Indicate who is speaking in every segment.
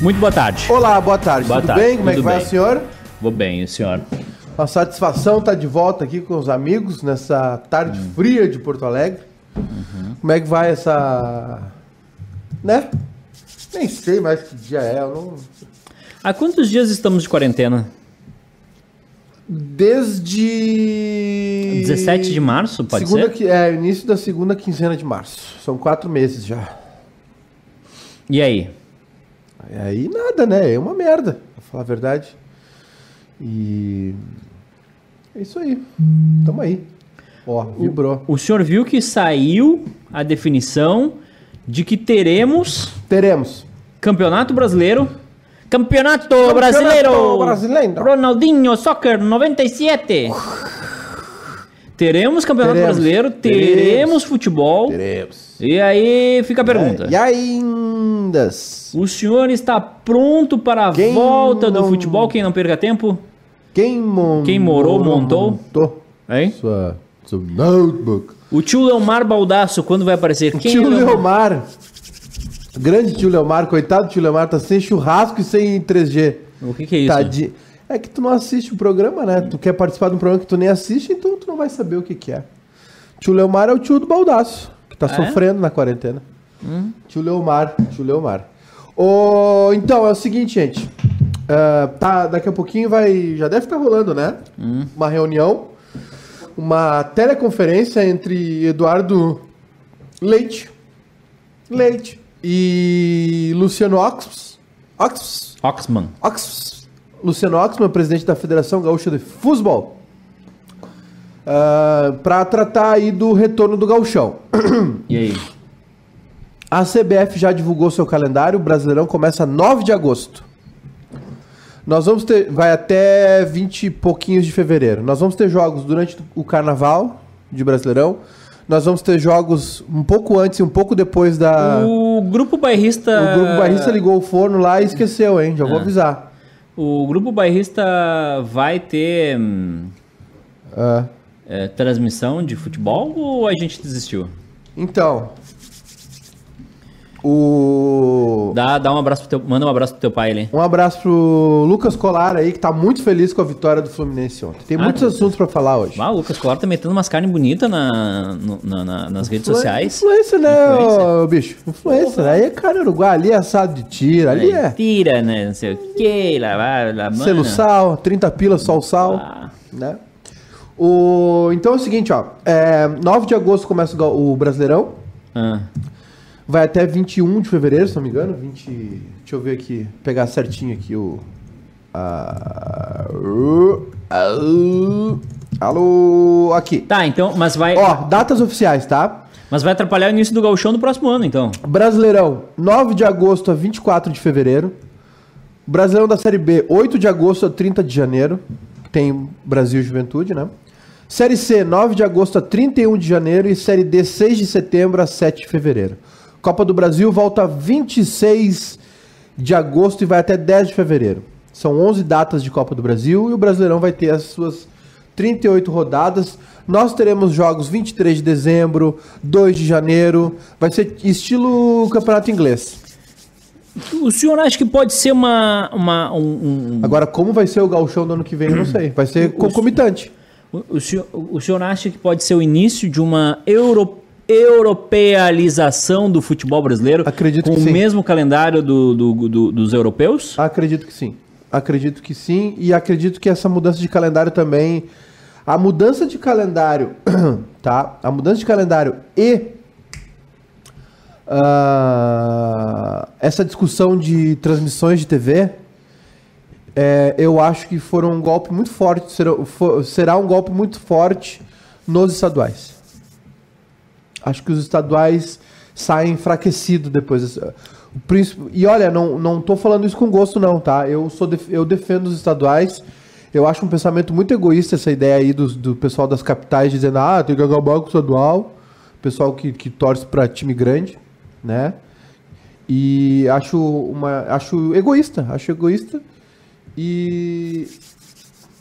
Speaker 1: Muito boa tarde.
Speaker 2: Olá, boa tarde.
Speaker 1: Boa
Speaker 2: tudo
Speaker 1: tarde,
Speaker 2: bem? Como é que
Speaker 1: tudo
Speaker 2: vai
Speaker 1: bem.
Speaker 2: o senhor?
Speaker 1: Vou bem, e o senhor.
Speaker 2: Uma satisfação estar de volta aqui com os amigos nessa tarde
Speaker 1: Uhum.
Speaker 2: fria de Porto Alegre. Como é que vai essa. né? Nem sei mais que dia é. eu não-
Speaker 1: Há quantos dias estamos de quarentena?
Speaker 2: Desde.
Speaker 1: 17 de março, pode
Speaker 2: segunda
Speaker 1: ser?
Speaker 2: qui- É, início da segunda quinzena de março. São quatro meses já.
Speaker 1: E aí?
Speaker 2: E aí nada, né? É uma merda, pra falar a verdade. E. É isso aí. Tamo aí. Ó, vibrou.
Speaker 1: O senhor viu que saiu a definição de que teremos
Speaker 2: Teremos.
Speaker 1: Campeonato Brasileiro. Campeonato, Brasileiro!
Speaker 2: Campeonato Brasileiro.
Speaker 1: Ronaldinho Soccer 97! Teremos Campeonato
Speaker 2: Teremos.
Speaker 1: Brasileiro, teremos,
Speaker 2: Teremos.
Speaker 1: futebol.
Speaker 2: Teremos. É,
Speaker 1: E aí fica a pergunta.
Speaker 2: E ainda.
Speaker 1: O senhor está pronto para a
Speaker 2: Quem
Speaker 1: volta do
Speaker 2: não-
Speaker 1: futebol? Quem não perca tempo?
Speaker 2: Quem, mon...
Speaker 1: Quem morou, montou?
Speaker 2: montou
Speaker 1: Hein?
Speaker 2: sua, seu notebook.
Speaker 1: O tio Leomar Baldaço, quando vai aparecer? Quem
Speaker 2: tio
Speaker 1: é Leomar?
Speaker 2: Leomar. Grande tio Leomar, coitado do tio Leomar, tá sem churrasco e sem 3G.
Speaker 1: O que, que é isso?
Speaker 2: Tadi... É que tu não assiste o programa, né? Tu quer participar de um programa que tu nem assiste, então tu não vai saber o que, que é. Tio Leomar é o tio do Baldaço, que tá
Speaker 1: é? Hum.
Speaker 2: sofrendo na quarentena. Tio Leomar, tio Leomar. Ô, então, é o seguinte, gente. Ah, tá, daqui a pouquinho vai. Já deve estar rolando, né?
Speaker 1: Hum.
Speaker 2: Uma reunião. Uma teleconferência entre Eduardo Leite. Leite. E Luciano Oxps. Oxps.
Speaker 1: Oxman.
Speaker 2: Ox- Luciano Oxman, presidente da Federação Gaúcha de Futebol, ah, pra para tratar aí do retorno do gauchão.
Speaker 1: E aí?
Speaker 2: A CBF já divulgou seu calendário, o Brasileirão começa 9 de agosto. Nós vamos ter, vai até 20 e pouquinhos de fevereiro. Nós vamos ter jogos durante o Carnaval de Brasileirão. Nós vamos ter jogos um pouco antes e um pouco depois da...
Speaker 1: O grupo bairrista.
Speaker 2: O grupo bairrista ligou o forno lá e esqueceu, hein? Já vou avisar.
Speaker 1: O grupo bairrista vai ter hum,
Speaker 2: Ah.
Speaker 1: é, transmissão de futebol ou a gente desistiu?
Speaker 2: Então. O.
Speaker 1: Dá, dá um abraço pro teu, manda um abraço pro teu pai ali.
Speaker 2: Um abraço pro Lucas Colar aí, que tá muito feliz com a vitória do Fluminense ontem. Tem
Speaker 1: Ah,
Speaker 2: muitos
Speaker 1: meu Deus.
Speaker 2: assuntos pra falar hoje.
Speaker 1: Ah, o Lucas Colar tá metendo umas carnes bonitas na, no- na- na- nas redes sociais.
Speaker 2: Influência, né,
Speaker 1: Influencer?
Speaker 2: ô, bicho? Influência, né? Aí é cara Uruguai, ali é assado de tira, ali é
Speaker 1: Tira, né? Não sei o que, lá, lá, lá, mano.
Speaker 2: selo sal, 30 pilas, sol sal,
Speaker 1: Ah.
Speaker 2: né? O... Então é o seguinte, ó. É, 9 de agosto começa o ga- o Brasileirão.
Speaker 1: Ah.
Speaker 2: Vai até 21 de fevereiro, se não me engano. 20. Deixa eu ver aqui. Pegar certinho aqui o. Ah, uh, alô, Alô. Aqui.
Speaker 1: Tá, então, mas vai,
Speaker 2: Ó, datas oficiais, tá?
Speaker 1: mas vai atrapalhar o início do gauchão do próximo ano, então.
Speaker 2: Brasileirão, 9 de agosto a 24 de fevereiro. Brasileirão da Série B, 8 de agosto a 30 de janeiro. que Tem Brasil e Juventude, né? Série C, 9 de agosto a 31 de janeiro. E Série D, 6 de setembro a 7 de fevereiro. Copa do Brasil volta 26 de agosto e vai até 10 de fevereiro. São 11 datas de Copa do Brasil e o Brasileirão vai ter as suas 38 rodadas. Nós teremos jogos 23 de dezembro, 2 de janeiro. Vai ser estilo campeonato inglês.
Speaker 1: O senhor acha que pode ser uma. uma um, um-
Speaker 2: Agora, como vai ser o gauchão do ano que vem, eu não sei. Vai ser concomitante.
Speaker 1: um, o, o senhor, o senhor acha que pode ser o início de uma euro, europeialização do futebol brasileiro?
Speaker 2: Acredito
Speaker 1: com
Speaker 2: que
Speaker 1: o
Speaker 2: sim. Ah,
Speaker 1: mesmo calendário do, do- do- dos europeus?
Speaker 2: Acredito que sim. Acredito que sim. E acredito que essa mudança de calendário também. A mudança de calendário, tá? A mudança de calendário e. ah, essa discussão de transmissões de TV. é, eu acho que foram um golpe muito forte. Será, fo- será um golpe muito forte nos estaduais. Acho que os estaduais saem enfraquecidos depois. dessa- O príncipe, e olha, não, não tô falando isso com gosto, não, tá? Eu, sou def- eu defendo os estaduais. Eu acho um pensamento muito egoísta essa ideia aí dos- do, pessoal das capitais dizendo, ah, tem que acabar com o estadual. Pessoal que, que torce para time grande, né? E acho uma. Acho egoísta. Acho egoísta. E.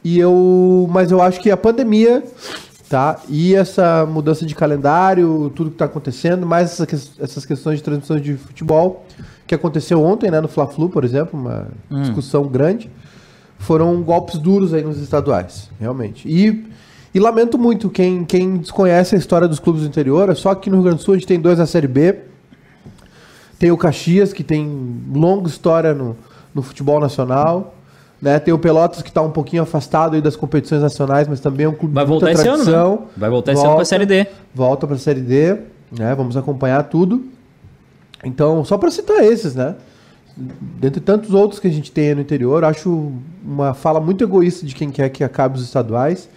Speaker 2: E eu. Mas eu acho que a pandemia tá? E essa mudança de calendário, tudo que está acontecendo, mais essa que- essas questões de transmissões de futebol que aconteceu ontem, né, no Fla-Flu, por exemplo, uma discussão grande, foram golpes duros aí nos estaduais, realmente. E, e lamento muito quem, quem desconhece a história dos clubes do interior, é só que no Rio Grande do Sul a gente tem dois na Série B, tem o Caxias, que tem longa história no, no futebol nacional. Né? Tem o Pelotas, que está um pouquinho afastado aí das competições nacionais, mas também é um clube
Speaker 1: Vai
Speaker 2: de muita
Speaker 1: voltar esse ano,
Speaker 2: tradição.
Speaker 1: né? Vai voltar esse ano pra Série D.
Speaker 2: Volta para a Série D. Né? Vamos acompanhar tudo. Então, só para citar esses, né? Dentre tantos outros que a gente tem aí no interior, acho uma fala muito egoísta de quem quer que acabe os estaduais.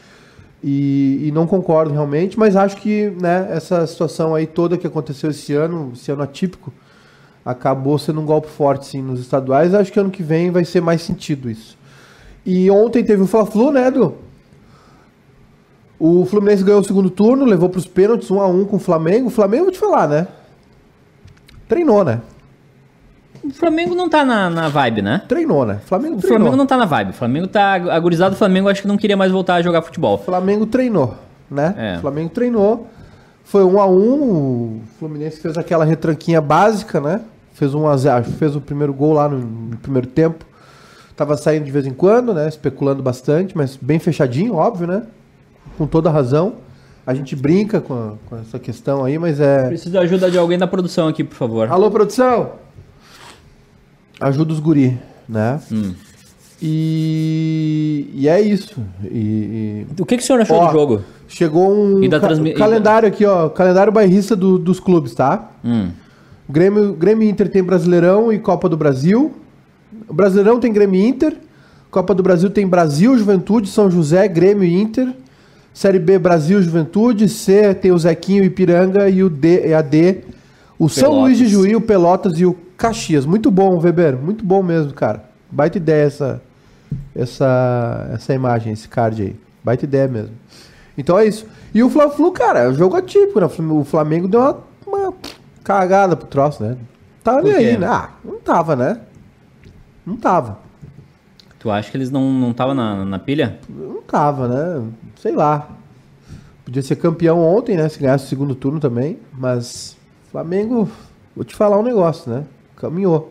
Speaker 2: E, e não concordo realmente, mas acho que né, essa situação aí toda que aconteceu esse ano, esse ano atípico, acabou sendo um golpe forte sim, nos estaduais. Acho que ano que vem vai ser mais sentido isso. E ontem teve o Fla-Flu, né, Edu? O Fluminense ganhou o segundo turno, levou para os pênaltis 1 a 1 com o Flamengo. O Flamengo, vou te falar, né? Treinou, né?
Speaker 1: O Flamengo não tá na, na vibe, né?
Speaker 2: Treinou, né? Flamengo
Speaker 1: O
Speaker 2: treinou.
Speaker 1: Flamengo não tá na vibe. O Flamengo tá. Agorizado, o Flamengo acho que não queria mais voltar a jogar futebol.
Speaker 2: Flamengo treinou, né?
Speaker 1: É.
Speaker 2: O Flamengo treinou. Foi 1 a 1, o Fluminense fez aquela retranquinha básica, né? Fez 1 a 0, fez o primeiro gol lá no, no primeiro tempo. Tava saindo de vez em quando, né? Especulando bastante, mas bem fechadinho, óbvio, né? Com toda a razão. A gente brinca com, a- com essa questão aí, mas é
Speaker 1: Preciso da ajuda de alguém da produção aqui, por favor.
Speaker 2: Alô, produção! Ajuda os guri, né?
Speaker 1: Hum.
Speaker 2: E, e é isso. E, e-
Speaker 1: O que, que o senhor achou
Speaker 2: Ó,
Speaker 1: do jogo?
Speaker 2: Chegou um
Speaker 1: E da
Speaker 2: ca-
Speaker 1: transmi-
Speaker 2: calendário aqui, ó. Calendário bairrista do- dos clubes, tá?
Speaker 1: Hum.
Speaker 2: O Grêmio, Grêmio e Inter tem Brasileirão e Copa do Brasil. O Brasileirão tem Grêmio e Inter. Copa do Brasil tem Brasil, Juventude, São José, Grêmio e Inter. Série B, Brasil, Juventude. C tem o Zequinho e Piranga. E o D, e a D, o São
Speaker 1: Pelotas.
Speaker 2: Luís de Juí, o Pelotas e o Caxias. Muito bom, Weber. Muito bom mesmo, cara. Baita ideia essa, essa, essa imagem, esse card aí. Baita ideia mesmo. Então é isso. E o Fla-Flu, cara, é um jogo atípico, né? O Flamengo deu uma, uma cagada pro troço, né? Tava
Speaker 1: Por
Speaker 2: nem
Speaker 1: quê?
Speaker 2: aí, né? Ah, não tava, né? Não tava.
Speaker 1: Tu acha que eles não não estavam na, na pilha?
Speaker 2: Não tava, né? Sei lá. Podia ser campeão ontem, né? Se ganhasse o segundo turno também. Mas Flamengo, vou te falar um negócio, né? Caminhou.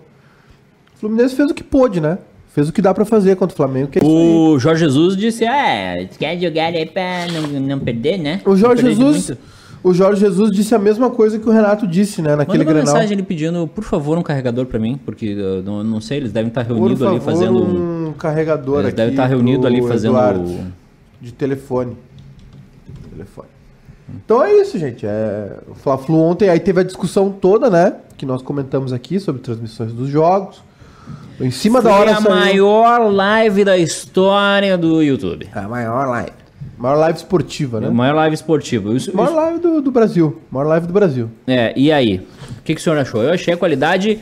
Speaker 2: O Fluminense fez o que pôde, né? Fez o que dá pra fazer contra o Flamengo. que é isso aí.
Speaker 1: O Jorge Jesus disse: Ah, quer jogar aí pra não, não perder, né?
Speaker 2: O Jorge
Speaker 1: Não perder de
Speaker 2: Jesus,
Speaker 1: muito."
Speaker 2: o Jorge Jesus disse a mesma coisa que o Renato disse, né,
Speaker 1: Manda
Speaker 2: naquele
Speaker 1: uma
Speaker 2: Grenal.
Speaker 1: mensagem ele pedindo, por favor, um carregador pra mim, porque eu não, não sei, eles devem estar reunidos ali fazendo. um-
Speaker 2: um carregador
Speaker 1: Eles
Speaker 2: aqui.
Speaker 1: devem estar reunidos
Speaker 2: pro
Speaker 1: ali fazendo.
Speaker 2: Eduardo,
Speaker 1: o-
Speaker 2: de telefone. Telefone. Então é isso, gente. É, o Fla-Flu ontem aí teve a discussão toda, né, que nós comentamos aqui sobre transmissões dos jogos. Em cima da
Speaker 1: Foi
Speaker 2: hora
Speaker 1: a maior live da história do YouTube.
Speaker 2: a maior live. Maior live esportiva,
Speaker 1: A
Speaker 2: né?
Speaker 1: maior live esportiva. Isso-
Speaker 2: Maior live do, do Brasil. Maior live do Brasil.
Speaker 1: É, e aí? O que, que o senhor achou? Eu achei a qualidade.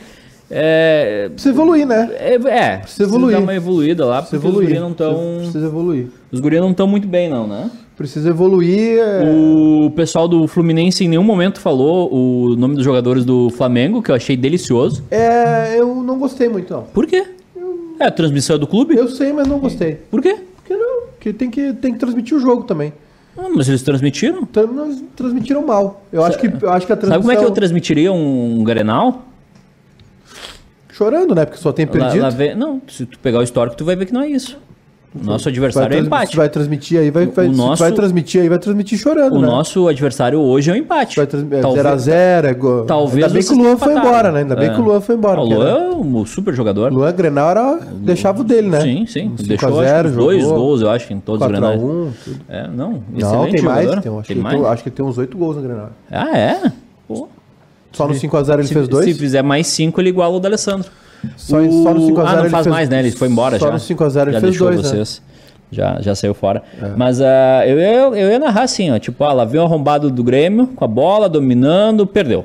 Speaker 1: É.
Speaker 2: Precisa evoluir, né?
Speaker 1: É, é precisa
Speaker 2: evoluir.
Speaker 1: dar uma evoluída lá, porque
Speaker 2: Precisa evoluir.
Speaker 1: os guri não
Speaker 2: Precisa-
Speaker 1: estão.
Speaker 2: Precisa evoluir.
Speaker 1: Os guri não estão muito bem, não, né?
Speaker 2: Precisa evoluir. é,
Speaker 1: O pessoal do Fluminense em nenhum momento falou o nome dos jogadores do Flamengo, que eu achei delicioso.
Speaker 2: É, eu não gostei muito, não.
Speaker 1: Por quê? É a transmissão é do clube?
Speaker 2: Eu sei, mas não gostei.
Speaker 1: Por quê?
Speaker 2: Porque não, porque tem que, tem que transmitir o jogo também.
Speaker 1: Ah, mas eles transmitiram?
Speaker 2: Então, nós transmitiram mal. Eu acho que, eu acho que a transmissão...
Speaker 1: Sabe como é que eu transmitiria um Grenal?
Speaker 2: Chorando, né? Porque só tem
Speaker 1: Lá,
Speaker 2: perdido.
Speaker 1: lá vê- Não, se tu pegar o histórico, tu vai ver que não é isso. O nosso
Speaker 2: vai,
Speaker 1: adversário é
Speaker 2: trans-
Speaker 1: empate.
Speaker 2: vai transmitir aí, vai, vai, se
Speaker 1: nosso-
Speaker 2: vai transmitir aí, vai transmitir chorando,
Speaker 1: O
Speaker 2: né?
Speaker 1: nosso adversário hoje é um empate.
Speaker 2: Vai transmitir
Speaker 1: Talvez-
Speaker 2: 0x0, é gol.
Speaker 1: Talvez
Speaker 2: Ainda bem que o
Speaker 1: vocês
Speaker 2: Luan foi
Speaker 1: empataram.
Speaker 2: embora, né? Ainda bem
Speaker 1: É.
Speaker 2: que o Luan foi embora.
Speaker 1: Ah, O
Speaker 2: porque,
Speaker 1: Luan
Speaker 2: né?
Speaker 1: é um super jogador.
Speaker 2: Luan Grenal era... deixava o dele, né?
Speaker 1: Sim, sim.
Speaker 2: Um 5
Speaker 1: Deixou acho
Speaker 2: a
Speaker 1: que
Speaker 2: 0,
Speaker 1: dois
Speaker 2: jogou,
Speaker 1: gols, eu acho, em todos os Grenais.
Speaker 2: 4x1.
Speaker 1: É, não,
Speaker 2: Não,
Speaker 1: excelente
Speaker 2: tem mais.
Speaker 1: jogador.
Speaker 2: Tem, um, acho,
Speaker 1: Tem
Speaker 2: que
Speaker 1: mais?
Speaker 2: Tem, acho que tem uns 8 gols no Grenal.
Speaker 1: Ah, é? Pô.
Speaker 2: Só no 5x0 ele
Speaker 1: Se,
Speaker 2: fez dois?
Speaker 1: se fizer mais 5, ele iguala o do Alessandro.
Speaker 2: Só, em- só no 5x0
Speaker 1: Ah, não
Speaker 2: ele
Speaker 1: faz
Speaker 2: fez-
Speaker 1: mais, né? Ele foi embora
Speaker 2: só
Speaker 1: já.
Speaker 2: no 5x0 ele
Speaker 1: já
Speaker 2: fez
Speaker 1: deixou
Speaker 2: dois, né? É.
Speaker 1: vocês. Já, já saiu fora. Mas ah, eu, eu, eu ia narrar assim, ó. Tipo, ah, lá veio um arrombado do Grêmio, com a bola, dominando, perdeu.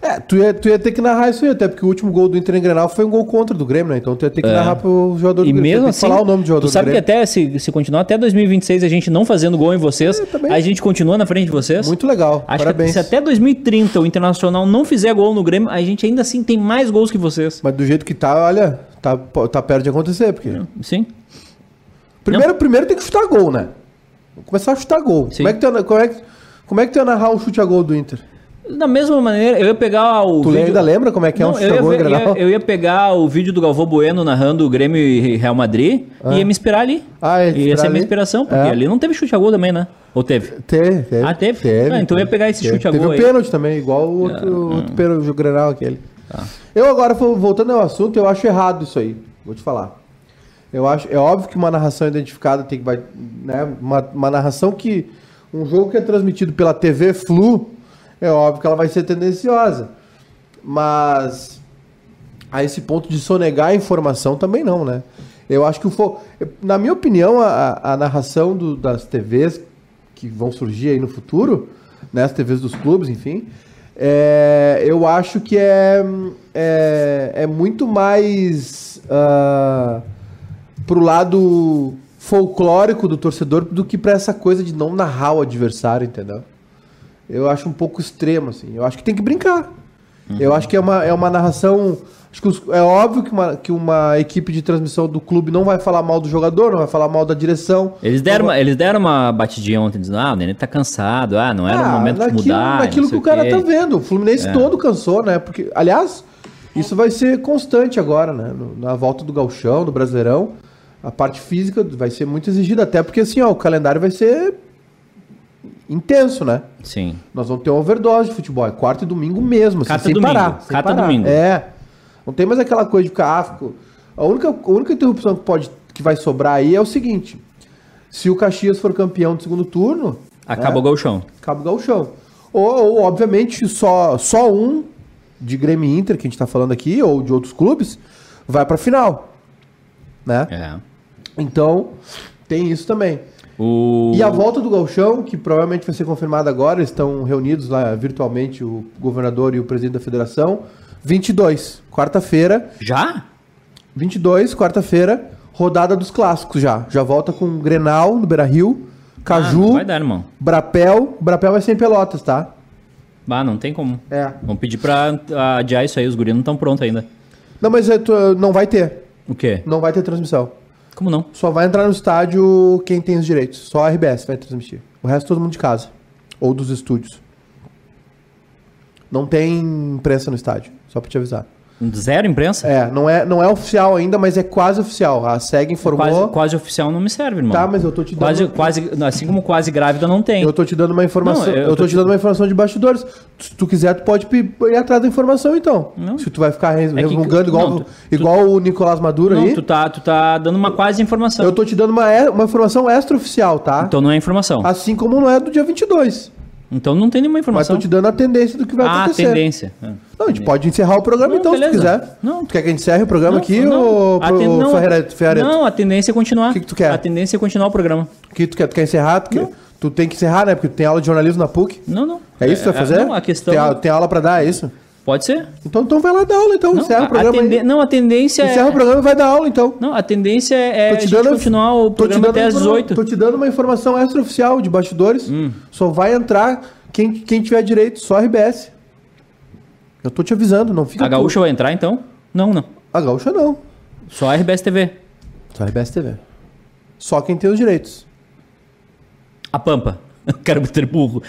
Speaker 2: É, tu ia, tu ia ter que narrar isso aí, até porque o último gol do Inter em Grenal foi um gol contra do Grêmio, né? Então tu ia ter que narrar pro jogador do
Speaker 1: É. E
Speaker 2: Grêmio. tu ia ter
Speaker 1: mesmo
Speaker 2: que
Speaker 1: assim,
Speaker 2: falar o nome do jogador
Speaker 1: tu sabe
Speaker 2: do
Speaker 1: que
Speaker 2: Grêmio.
Speaker 1: até se, se continuar até 2026 a gente não fazendo gol em vocês,
Speaker 2: É, também.
Speaker 1: a gente continua na frente de vocês?
Speaker 2: Muito legal,
Speaker 1: Acho
Speaker 2: parabéns.
Speaker 1: que se até 2030 o Internacional não fizer gol no Grêmio, a gente ainda assim tem mais gols que vocês.
Speaker 2: Mas do jeito que tá, olha, tá, tá perto de acontecer, porque...
Speaker 1: Sim.
Speaker 2: Primeiro, primeiro tem que chutar gol, né? Começar a chutar gol.
Speaker 1: Sim.
Speaker 2: Como é, que tu, ia- como, é que, como é que tu ia narrar o chute a gol do Inter?
Speaker 1: Da mesma maneira, eu ia pegar o.
Speaker 2: Tu ainda lembra como é que é um
Speaker 1: Não, eu,
Speaker 2: chute a
Speaker 1: ia
Speaker 2: gol em
Speaker 1: ver-
Speaker 2: Granal?
Speaker 1: ia- eu ia pegar o vídeo do Galvão Bueno narrando o Grêmio e Real Madrid e ia me inspirar ali.
Speaker 2: Ah, ia te
Speaker 1: ia
Speaker 2: inspirar
Speaker 1: ser a
Speaker 2: ali?
Speaker 1: minha inspiração, porque
Speaker 2: É.
Speaker 1: ali não teve chute a gol também, né? Ou teve?
Speaker 2: Teve, teve.
Speaker 1: Ah, teve? Ah, então eu ia pegar esse chute a
Speaker 2: teve
Speaker 1: gol
Speaker 2: Teve
Speaker 1: aí. Ah,
Speaker 2: o pênalti também, igual o outro, outro pênalti do Grenal aquele.
Speaker 1: Tá.
Speaker 2: Eu agora, fo- voltando ao assunto, eu acho errado isso aí. Vou te falar. Eu acho, é óbvio que uma narração identificada tem que vai, né, uma, uma narração que um jogo que é transmitido pela TV Flu, é óbvio que ela vai ser tendenciosa. Mas a esse ponto de sonegar a informação também não, né? Eu acho que o fo... na minha opinião, a- a, a narração do- das TVs que vão surgir aí no futuro, né, as TVs dos clubes, enfim, é, eu acho que é, é, é muito mais ah, pro lado folclórico do torcedor do que pra essa coisa de não narrar o adversário, entendeu? Eu acho um pouco extremo, assim. Eu acho que tem que brincar. Eu acho que é uma, é uma narração. Acho que os- é óbvio que uma, que uma equipe de transmissão do clube não vai falar mal do jogador, não vai falar mal da direção.
Speaker 1: Eles deram, uma, eles deram uma batidinha ontem, dizendo, ah, o Nenê tá cansado, ah, não era o momento
Speaker 2: naquilo,
Speaker 1: de mudar.
Speaker 2: Naquilo
Speaker 1: não
Speaker 2: que
Speaker 1: sei
Speaker 2: o cara
Speaker 1: quê. É.
Speaker 2: tá vendo. O Fluminense todo cansou, né? Porque, aliás, isso vai ser constante agora, né? No- na volta do Galchão, do Brasileirão. A parte física vai ser muito exigida, até porque assim, ó, o calendário vai ser intenso, né?
Speaker 1: Sim.
Speaker 2: Nós vamos ter uma overdose de futebol. É quarta e domingo mesmo, assim,
Speaker 1: Cata
Speaker 2: sem
Speaker 1: domingo,
Speaker 2: parar. sem
Speaker 1: cata
Speaker 2: parar.
Speaker 1: domingo.
Speaker 2: É. Não tem mais aquela coisa de ficar. ah, ficou- A única, a única interrupção que, pode, que vai sobrar aí é o seguinte: se o Caxias for campeão do segundo turno,
Speaker 1: Acaba
Speaker 2: É.
Speaker 1: o golchão.
Speaker 2: Cabo Galchão. Ou, ou, obviamente, só, só um de Grêmio e Inter, que a gente tá falando aqui, ou de outros clubes, vai pra final. Né?
Speaker 1: É.
Speaker 2: Então, tem isso também.
Speaker 1: O...
Speaker 2: E a volta do Galchão, que provavelmente vai ser confirmada agora, eles estão reunidos lá virtualmente, o governador e o presidente da federação. 22, quarta-feira.
Speaker 1: Já?
Speaker 2: 22, quarta-feira, rodada dos clássicos já. Já volta com Grenal no Beira
Speaker 1: Ah,
Speaker 2: Rio,
Speaker 1: não
Speaker 2: Caju,
Speaker 1: vai dar, irmão.
Speaker 2: Brapel. Brapel vai ser em Pelotas, tá?
Speaker 1: Ah, não tem como.
Speaker 2: É.
Speaker 1: Vamos pedir pra ah, adiar isso aí, os guris não estão prontos ainda.
Speaker 2: Não, mas é, tu- não vai ter.
Speaker 1: O quê?
Speaker 2: Não vai ter transmissão.
Speaker 1: Como não?
Speaker 2: Só vai entrar no estádio quem tem os direitos. Só a RBS vai transmitir. O resto todo mundo de casa. Ou dos estúdios. Não tem imprensa no estádio. Só pra te avisar.
Speaker 1: Zero imprensa?
Speaker 2: É, não é, não é oficial ainda, mas é quase oficial. A SEG informou.
Speaker 1: É Quase, quase oficial não me serve, irmão.
Speaker 2: Tá, mas eu tô te dando.
Speaker 1: Quase, quase, assim como quase grávida não tem.
Speaker 2: Eu tô te dando uma informação.
Speaker 1: Não,
Speaker 2: eu, tô, te dando uma informação de bastidores. Se tu quiser, tu pode pe- ir atrás da informação, então.
Speaker 1: Não. É
Speaker 2: Se tu vai ficar res-
Speaker 1: que-
Speaker 2: resmungando igual,
Speaker 1: não, tu-
Speaker 2: igual o Nicolás Maduro
Speaker 1: Não,
Speaker 2: aí.
Speaker 1: tu tá, tu tá dando uma quase informação.
Speaker 2: Eu tô te dando uma, e- uma informação extraoficial, tá?
Speaker 1: Então não é informação.
Speaker 2: Assim como não é do dia 22.
Speaker 1: Então não tem nenhuma
Speaker 2: Mas
Speaker 1: informação.
Speaker 2: tô te dando a tendência do que vai
Speaker 1: ah,
Speaker 2: acontecer.
Speaker 1: tendência. É.
Speaker 2: Não, a gente pode encerrar o programa
Speaker 1: Não,
Speaker 2: então, se tu
Speaker 1: beleza.
Speaker 2: quiser.
Speaker 1: Não.
Speaker 2: Tu quer que a gente encerre o programa aqui, ou
Speaker 1: a ten-
Speaker 2: pro
Speaker 1: não,
Speaker 2: Ferreira? Ferreira?
Speaker 1: não, a tendência é continuar. O
Speaker 2: Que que tu quer?
Speaker 1: A tendência é continuar o programa.
Speaker 2: Que tu, quer, tu quer encerrar? Porque tu tem que encerrar, né? Porque tu tem aula de jornalismo na PUC.
Speaker 1: Não, não.
Speaker 2: É isso que tu vai fazer?
Speaker 1: Não, a questão...
Speaker 2: Tem, a- tem aula pra dar, é isso?
Speaker 1: Pode ser.
Speaker 2: Então, então vai lá dar aula, então.
Speaker 1: Não,
Speaker 2: encerra
Speaker 1: a-
Speaker 2: o programa
Speaker 1: a tende-
Speaker 2: aí.
Speaker 1: Não, a tendência é...
Speaker 2: Encerra o programa e vai dar aula, então.
Speaker 1: Não, a tendência é
Speaker 2: Tô
Speaker 1: a
Speaker 2: te
Speaker 1: gente
Speaker 2: dando-
Speaker 1: continuar o
Speaker 2: Tô te
Speaker 1: programa
Speaker 2: dando
Speaker 1: até
Speaker 2: uma
Speaker 1: às Hum.
Speaker 2: informa-
Speaker 1: 18.
Speaker 2: Tô te dando uma informação extraoficial de bastidores. Só vai entrar quem, quem tiver direito, só a RBS. Eu tô te avisando, não fica.
Speaker 1: A Gaúcha vai entrar, então? Não, não.
Speaker 2: A gaúcha não.
Speaker 1: Só a RBS TV.
Speaker 2: Só a RBS TV. Só quem tem os direitos.
Speaker 1: A Pampa. Quero ter burro.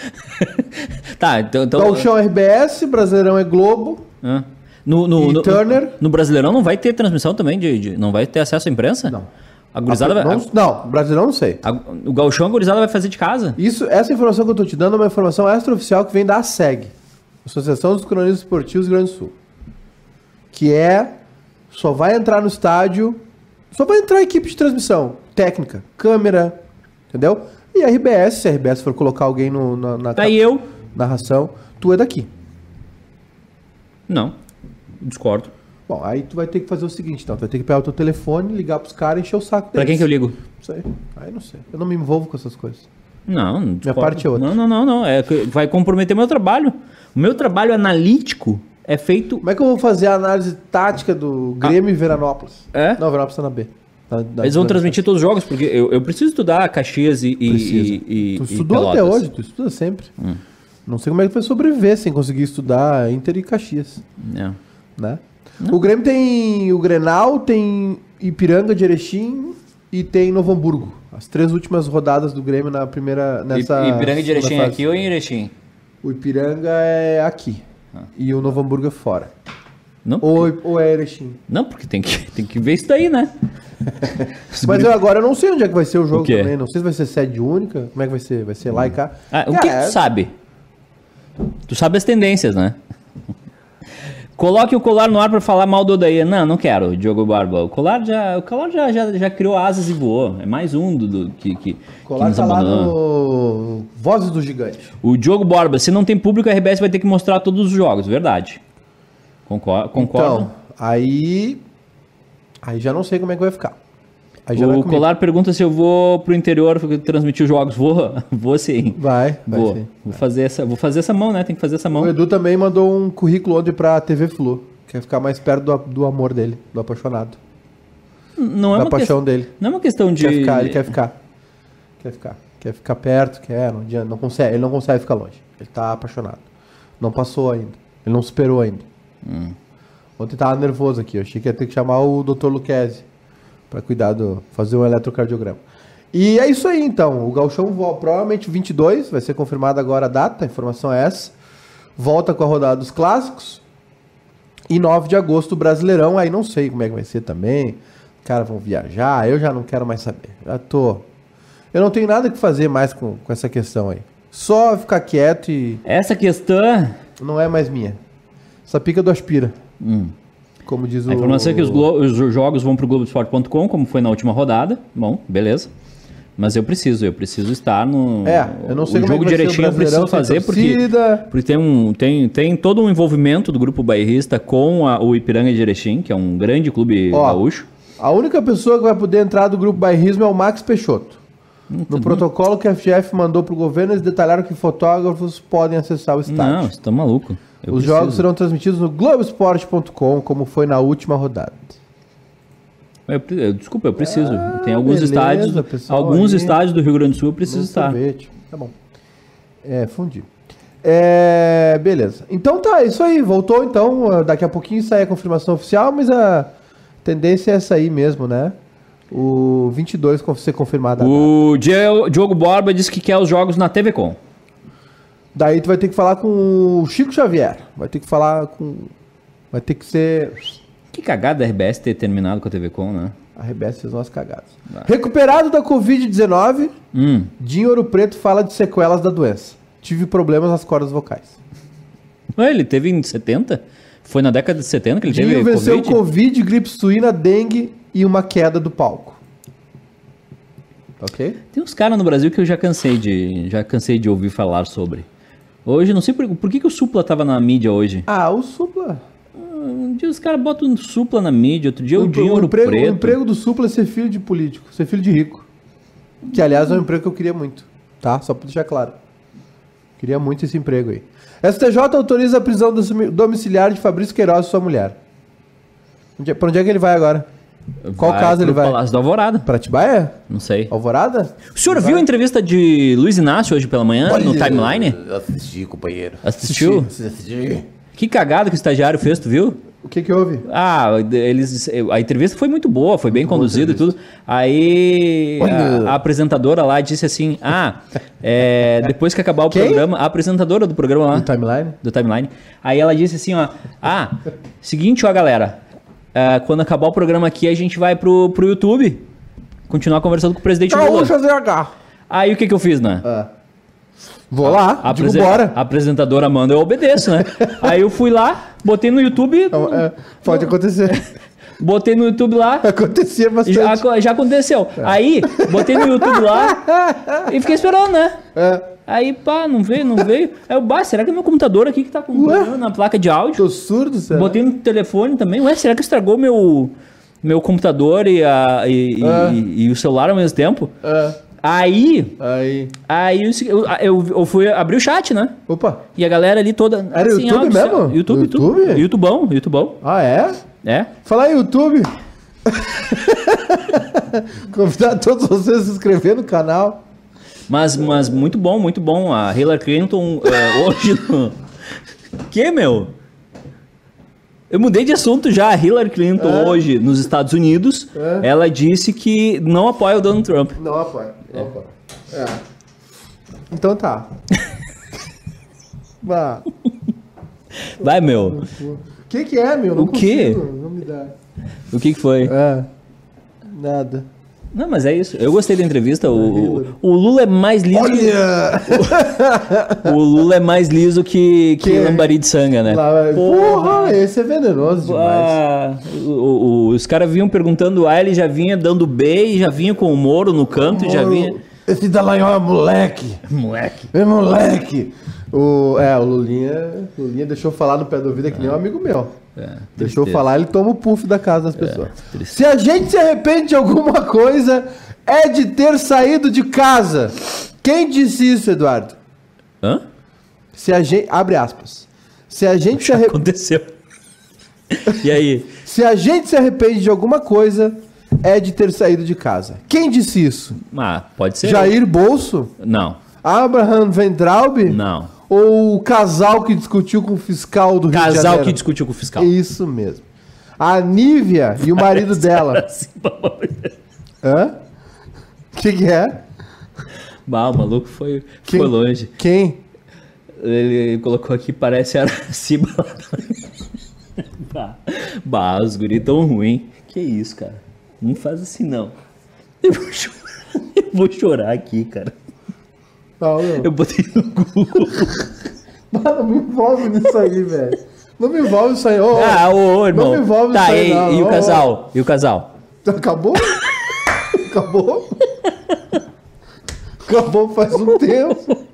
Speaker 1: tá, então... então
Speaker 2: Gaúchão é RBS, Brasileirão é Globo.
Speaker 1: Hã? No, no,
Speaker 2: E
Speaker 1: no,
Speaker 2: Turner?
Speaker 1: no Brasileirão não vai ter transmissão também? De, de- não vai ter acesso à imprensa?
Speaker 2: Não.
Speaker 1: A gurizada é? vai...
Speaker 2: não, não, Brasileirão não sei.
Speaker 1: a- a- o gauchão a gurizada vai fazer de casa?
Speaker 2: Isso, essa informação que eu tô te dando é uma informação extraoficial que vem da SEG, Associação dos Cronistas Esportivos do Rio Grande do Sul. Que é só vai entrar no estádio, só vai entrar a equipe de transmissão, técnica, câmera, entendeu? E a RBS, se a RBS for colocar alguém no- na, na
Speaker 1: Daí Tá, eu...
Speaker 2: narração, tu é daqui.
Speaker 1: Não. Discordo.
Speaker 2: Bom, aí tu vai ter que fazer o seguinte, então, tu vai ter que pegar o teu telefone, ligar pros caras e encher o saco
Speaker 1: Pra quem que eu ligo?
Speaker 2: É Isso aí. Aí não sei. Eu não me envolvo com essas coisas.
Speaker 1: Não, não discordo.
Speaker 2: parte é outra.
Speaker 1: Não, não, não, não. É que vai comprometer meu trabalho. O meu trabalho analítico é feito.
Speaker 2: Como é que eu vou fazer a análise tática do Grêmio e Veranópolis?
Speaker 1: É?
Speaker 2: Não, Veranópolis tá na B. Tá- tá-
Speaker 1: Eles vão
Speaker 2: tá-
Speaker 1: transmitir todos os jogos, porque eu, eu preciso estudar Caxias e. e-
Speaker 2: Precisa.
Speaker 1: e- e-
Speaker 2: Tu
Speaker 1: e
Speaker 2: estudou até
Speaker 1: Pelotas. Hum.
Speaker 2: hoje, tu estuda sempre. Não sei como é que tu vai sobreviver sem conseguir estudar Inter e Caxias,
Speaker 1: É.
Speaker 2: né? O Grêmio tem o Grenal, tem Ipiranga de Erechim e tem Novo Hamburgo. As três últimas rodadas do Grêmio na primeira. Nessa,
Speaker 1: I- Ipiranga de Erechim é
Speaker 2: segunda
Speaker 1: aqui ou em Erechim?
Speaker 2: O Ipiranga é aqui. E o Novo Hamburgo é fora.
Speaker 1: Ah. Não,
Speaker 2: Ou, ou é Erechim.
Speaker 1: não porque tem que, tem que ver isso daí, né? Os
Speaker 2: Mas eu agora eu não sei onde é que vai ser o jogo
Speaker 1: O quê?
Speaker 2: também. Não sei se vai ser sede única. Como é que vai ser? Vai ser lá e cá.
Speaker 1: Ah, o que, que
Speaker 2: Cara, é.
Speaker 1: tu sabe? Tu sabe as tendências, né? Coloque o colar no ar pra falar mal do Odair. Não, não quero, Diogo Barba. O colar já, o colar já, já, já criou asas e voou. É mais um do, do- que, que, que
Speaker 2: Colar
Speaker 1: nos
Speaker 2: tá lá
Speaker 1: abandonou.
Speaker 2: no Vozes do Gigante.
Speaker 1: O Diogo Barba, se não tem público, a RBS vai ter que mostrar todos os jogos, verdade. Concor- Concordo.
Speaker 2: Então, aí. Aí já não sei como é que vai ficar. Aí já
Speaker 1: o
Speaker 2: vai comigo.
Speaker 1: Colar pergunta se eu vou pro interior transmitir os jogos. Vou, vou sim.
Speaker 2: Vai, vai
Speaker 1: vou.
Speaker 2: sim.
Speaker 1: Vou fazer, essa, vou fazer essa mão, né? Tem que fazer essa mão.
Speaker 2: O Edu também mandou um currículo ontem pra TV Flu. Quer ficar mais perto do, do amor dele, do apaixonado.
Speaker 1: Não é
Speaker 2: da
Speaker 1: uma
Speaker 2: paixão
Speaker 1: questão
Speaker 2: dele.
Speaker 1: Não é uma questão de.
Speaker 2: Quer um ficar, ele quer ficar. Quer ficar. Quer ficar perto, quer, não adianta. Não consegue, ele não consegue ficar longe. Ele tá apaixonado. Não passou ainda. Ele não superou ainda. Ontem tava nervoso aqui. Eu achei que ia ter que chamar o Dr. Luquezzi pra cuidar do. fazer um eletrocardiograma. E é isso aí então. O Galchão vo- provavelmente 22, vai ser confirmada agora a data, a informação é essa. Volta com a rodada dos clássicos. E 9 de agosto, o Brasileirão, aí não sei como é que vai ser também. Os caras vão viajar, eu já não quero mais saber. Já tô. Eu não tenho nada que fazer mais com, com essa questão aí. Só ficar quieto e
Speaker 1: Essa questão.
Speaker 2: não é mais minha. Essa pica do aspira.
Speaker 1: Hum.
Speaker 2: Como diz o.
Speaker 1: A informação é que os, glo- os jogos vão pro Globoesporte.com, como foi na última rodada. Bom, beleza. Mas eu preciso, eu preciso estar no.
Speaker 2: É, eu não sei
Speaker 1: o
Speaker 2: como é
Speaker 1: jogo
Speaker 2: que vai ser o
Speaker 1: direitinho eu
Speaker 2: Brasileirão
Speaker 1: preciso
Speaker 2: sem
Speaker 1: fazer, porque,
Speaker 2: torcida.
Speaker 1: porque tem, um, tem, tem todo um envolvimento do grupo bairrista com a- o Ipiranga de Erechim, que é um grande clube
Speaker 2: Ó,
Speaker 1: gaúcho.
Speaker 2: A única pessoa que vai poder entrar do grupo bairrismo é o Max Peixoto. No protocolo que a FGF mandou pro governo, eles detalharam que fotógrafos podem acessar o estádio.
Speaker 1: Não, você tá maluco. Eu
Speaker 2: Os
Speaker 1: preciso.
Speaker 2: jogos serão transmitidos no Globoesporte.com, como foi na última rodada.
Speaker 1: Então Eu pre- eu- desculpa, eu preciso. tem alguns
Speaker 2: Ah, beleza,
Speaker 1: estádios.
Speaker 2: pessoal,
Speaker 1: Alguns
Speaker 2: aí.
Speaker 1: estádios do Rio Grande do Sul eu preciso
Speaker 2: Meu
Speaker 1: estar.
Speaker 2: sorvete. Tá bom. É, fundi. É, beleza. Então tá, isso aí. Voltou então. ah, Daqui a pouquinho sai a confirmação oficial, mas a tendência é essa aí mesmo, né? O 22 con- ser confirmado.
Speaker 1: O Dio- Diogo Borba disse que quer os jogos na TV Com.
Speaker 2: Daí tu vai ter que falar com o Chico Xavier. Vai ter que falar com. Vai ter que ser.
Speaker 1: Que cagada a RBS ter terminado com a TV Com, né?
Speaker 2: Arrebessa as nossas cagadas. Recuperado da Covid-19,
Speaker 1: Hum.
Speaker 2: Dinho Ouro Preto fala de sequelas da doença. Tive problemas nas cordas vocais.
Speaker 1: Ué, ele teve em 70? Foi na década de 70 que ele
Speaker 2: Dinho
Speaker 1: teve
Speaker 2: venceu
Speaker 1: Covid?
Speaker 2: Covid? gripe suína, dengue e uma queda do palco. Ok?
Speaker 1: Tem uns caras no Brasil que eu já cansei de já cansei de ouvir falar sobre. Hoje, não sei por, por que, que o Supla tava na mídia hoje.
Speaker 2: Ah, o Supla.
Speaker 1: Um dia os caras botam um Supla na mídia, outro dia o, Dinho Ouro
Speaker 2: emprego,
Speaker 1: Preto.
Speaker 2: o emprego do Supla é ser filho de político, ser filho de rico. Que, aliás, é um emprego que eu queria muito, tá? Só pra deixar claro. Queria muito esse emprego aí. STJ autoriza a prisão domi- domiciliar de Fabrício Queiroz e sua mulher. Onde é- Pra onde é que ele vai agora? Qual casa ele
Speaker 1: pro
Speaker 2: vai?
Speaker 1: Palácio da Alvorada,
Speaker 2: Pra Atibaia?
Speaker 1: não sei.
Speaker 2: Alvorada?
Speaker 1: O senhor viu a entrevista de Luiz Inácio hoje pela manhã no timeline?
Speaker 3: Eu Assisti, companheiro.
Speaker 1: Assistiu?
Speaker 3: Assisti, assisti.
Speaker 1: Que cagada que o estagiário fez, tu viu?
Speaker 2: O que que houve?
Speaker 1: Ah, eles, a entrevista foi muito boa, foi bem conduzida e tudo. Aí a, a apresentadora lá disse assim: Ah, é, depois que acabar o
Speaker 2: Quem?
Speaker 1: programa, a apresentadora do programa lá,
Speaker 2: O timeline?
Speaker 1: do timeline, aí ela disse assim: Ó, ah, seguinte, ó, galera, é, quando acabar o programa aqui, a gente vai pro, pro YouTube continuar conversando com o presidente Lula.
Speaker 2: Gaúcha ZH.
Speaker 1: Aí o que, que eu fiz, né?
Speaker 2: Ah. Vou lá,
Speaker 1: A,
Speaker 2: digo
Speaker 1: apresen-
Speaker 2: bora.
Speaker 1: a apresentadora manda, eu obedeço, né? aí eu fui lá, botei no YouTube,
Speaker 2: Então, é, pode acontecer.
Speaker 1: botei no YouTube lá.
Speaker 2: Acontecia bastante.
Speaker 1: Já, aco- já aconteceu.
Speaker 2: É.
Speaker 1: Aí, botei no YouTube lá e fiquei esperando, né?
Speaker 2: É,
Speaker 1: Aí, pá, não veio, não veio. Aí eu, bah, será que é meu computador aqui que tá com problema na placa de áudio?
Speaker 2: tô surdo, sério.
Speaker 1: Botei no telefone também. Ué, será que estragou meu, meu computador e, a, e, e-
Speaker 2: Ah.
Speaker 1: e- e o celular ao mesmo tempo?
Speaker 2: É,
Speaker 1: Aí,
Speaker 2: aí.
Speaker 1: aí eu, se- eu, eu- eu fui abrir o chat, né?
Speaker 2: Opa.
Speaker 1: E a galera ali toda.
Speaker 2: Era YouTube
Speaker 1: do céu.
Speaker 2: mesmo?
Speaker 1: YouTube, YouTube?
Speaker 2: YouTube?
Speaker 1: YouTubão, YouTubão.
Speaker 2: Ah, é?
Speaker 1: É.
Speaker 2: Falar em YouTube. Convidar todos vocês a se inscrever no canal.
Speaker 1: Mas, mas muito bom, muito bom. A é, Hillary Clinton eh, hoje no... Que, meu? Eu mudei de assunto já. A Hillary Clinton,
Speaker 2: É.
Speaker 1: hoje, nos Estados Unidos, ela disse que não apoia o Donald Trump.
Speaker 2: Não apoia. Não apoia. É. Então tá. Bah.
Speaker 1: Vai, meu.
Speaker 2: O que que é, meu? Não
Speaker 1: O quê?
Speaker 2: consigo, Não me dá.
Speaker 1: O que, que foi?
Speaker 2: É. Nada.
Speaker 1: Não, mas é isso. Eu gostei da entrevista. O, o, o Lula é mais liso. O Lula é mais liso que, que,
Speaker 2: Que-
Speaker 1: lambari de sanga, né?
Speaker 2: Lá- Porra, esse é venenoso demais.
Speaker 1: Ah, o- o- os caras vinham perguntando, ah, ele já vinha dando B, já vinha com o Moro no canto, já vinha.
Speaker 2: Esse Dallagnol é moleque.
Speaker 1: Moleque.
Speaker 2: É moleque. O, é, o Lulinha, o Lulinha deixou falar no pé do ouvido que nem um amigo meu. deixou
Speaker 1: É. tristeza. É,
Speaker 2: falar, ele toma o puff da casa das pessoas.
Speaker 1: tristeza.
Speaker 2: se a gente se arrepende de alguma coisa, é de ter saído de casa. Quem disse isso, Eduardo?
Speaker 1: Hã?
Speaker 2: Se a gente. Abre aspas. Se a gente se, arre-
Speaker 1: Aconteceu. E aí?
Speaker 2: se a gente se arrepende de alguma coisa, é de ter saído de casa. Quem disse isso?
Speaker 1: Ah, pode ser.
Speaker 2: Jair Bolso?
Speaker 1: Não,
Speaker 2: Abraham Ventraub?
Speaker 1: não.
Speaker 2: Ou o casal que discutiu com o fiscal do Rio de Janeiro?
Speaker 1: Casal que discutiu com o fiscal.
Speaker 2: Isso mesmo. A Nívia e o marido dela. Hã? O que, que é?
Speaker 1: Bah, o maluco foi,
Speaker 2: Quem?
Speaker 1: foi longe.
Speaker 2: Quem?
Speaker 1: Ele colocou aqui, parece Araciba. bah, bah, os guri tão ruim. Que isso, cara. Não faz assim, não. Eu vou chorar, eu vou chorar aqui, cara.
Speaker 2: Não, não.
Speaker 1: Eu botei no Google.
Speaker 2: Ah, não me envolve nisso aí, velho. Não me envolve nisso aí. Ô, ô,
Speaker 1: Ah, ô, ô, irmão.
Speaker 2: Não me envolve
Speaker 1: tá,
Speaker 2: nisso aí,
Speaker 1: e,
Speaker 2: não.
Speaker 1: e
Speaker 2: Ô,
Speaker 1: o
Speaker 2: ô.
Speaker 1: casal? E o casal?
Speaker 2: Acabou? Acabou? Acabou faz um tempo.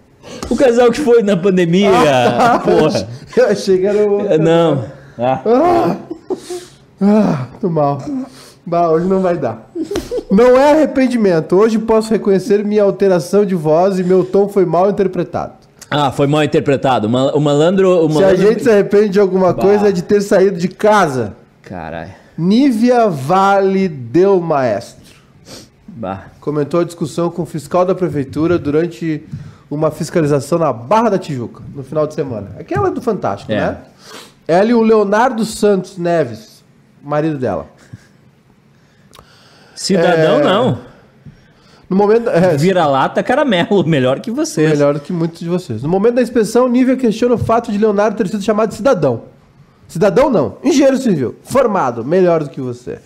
Speaker 1: O casal que foi na pandemia, Ah, tá. porra.
Speaker 2: Eu achei que era o outro.
Speaker 1: Não. Ah,
Speaker 2: Ah, tô mal. Bah, hoje não vai dar. Não é arrependimento. Hoje posso reconhecer minha alteração de voz e meu tom foi mal interpretado.
Speaker 1: Ah, foi mal interpretado. O mal- O malandro. O
Speaker 2: Se a
Speaker 1: malandro...
Speaker 2: gente se arrepende de alguma coisa é de ter saído de casa.
Speaker 1: Caralho.
Speaker 2: Nívia Vale Del Maestro
Speaker 1: Bah.
Speaker 2: comentou a discussão com o fiscal da prefeitura durante uma fiscalização na Barra da Tijuca, no final de semana. Aquela do Fantástico,
Speaker 1: É.
Speaker 2: né? Ela e o Leonardo Santos Neves, marido dela.
Speaker 1: Cidadão
Speaker 2: É.
Speaker 1: não.
Speaker 2: No momento. é,
Speaker 1: Vira-lata caramelo, melhor que vocês.
Speaker 2: melhor do que muitos de vocês. No momento da inspeção, Nívia questiona o fato de Leonardo ter sido chamado de cidadão. Cidadão não, engenheiro civil, formado, melhor do que você.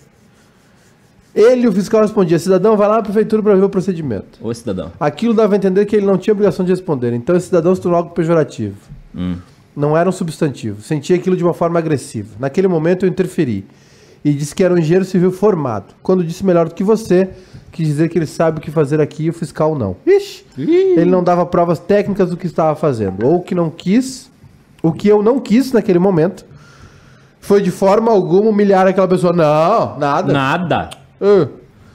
Speaker 2: Ele, o fiscal, respondia: cidadão, vai lá na prefeitura para ver o procedimento.
Speaker 1: Ô, cidadão.
Speaker 2: Aquilo dava a entender que ele não tinha obrigação de responder. Então esse cidadão se tornou algo pejorativo. Não era um substantivo. Sentia aquilo de uma forma agressiva. Naquele momento eu interferi. E disse que era um engenheiro civil formado. Quando disse melhor do que você, quis dizer que ele sabe o que fazer aqui e o fiscal não. Ixi! Ele não dava provas técnicas do que estava fazendo. Ou que não quis. O que eu não quis naquele momento foi de forma alguma humilhar aquela pessoa. Não, nada.
Speaker 1: Nada.
Speaker 2: Ah.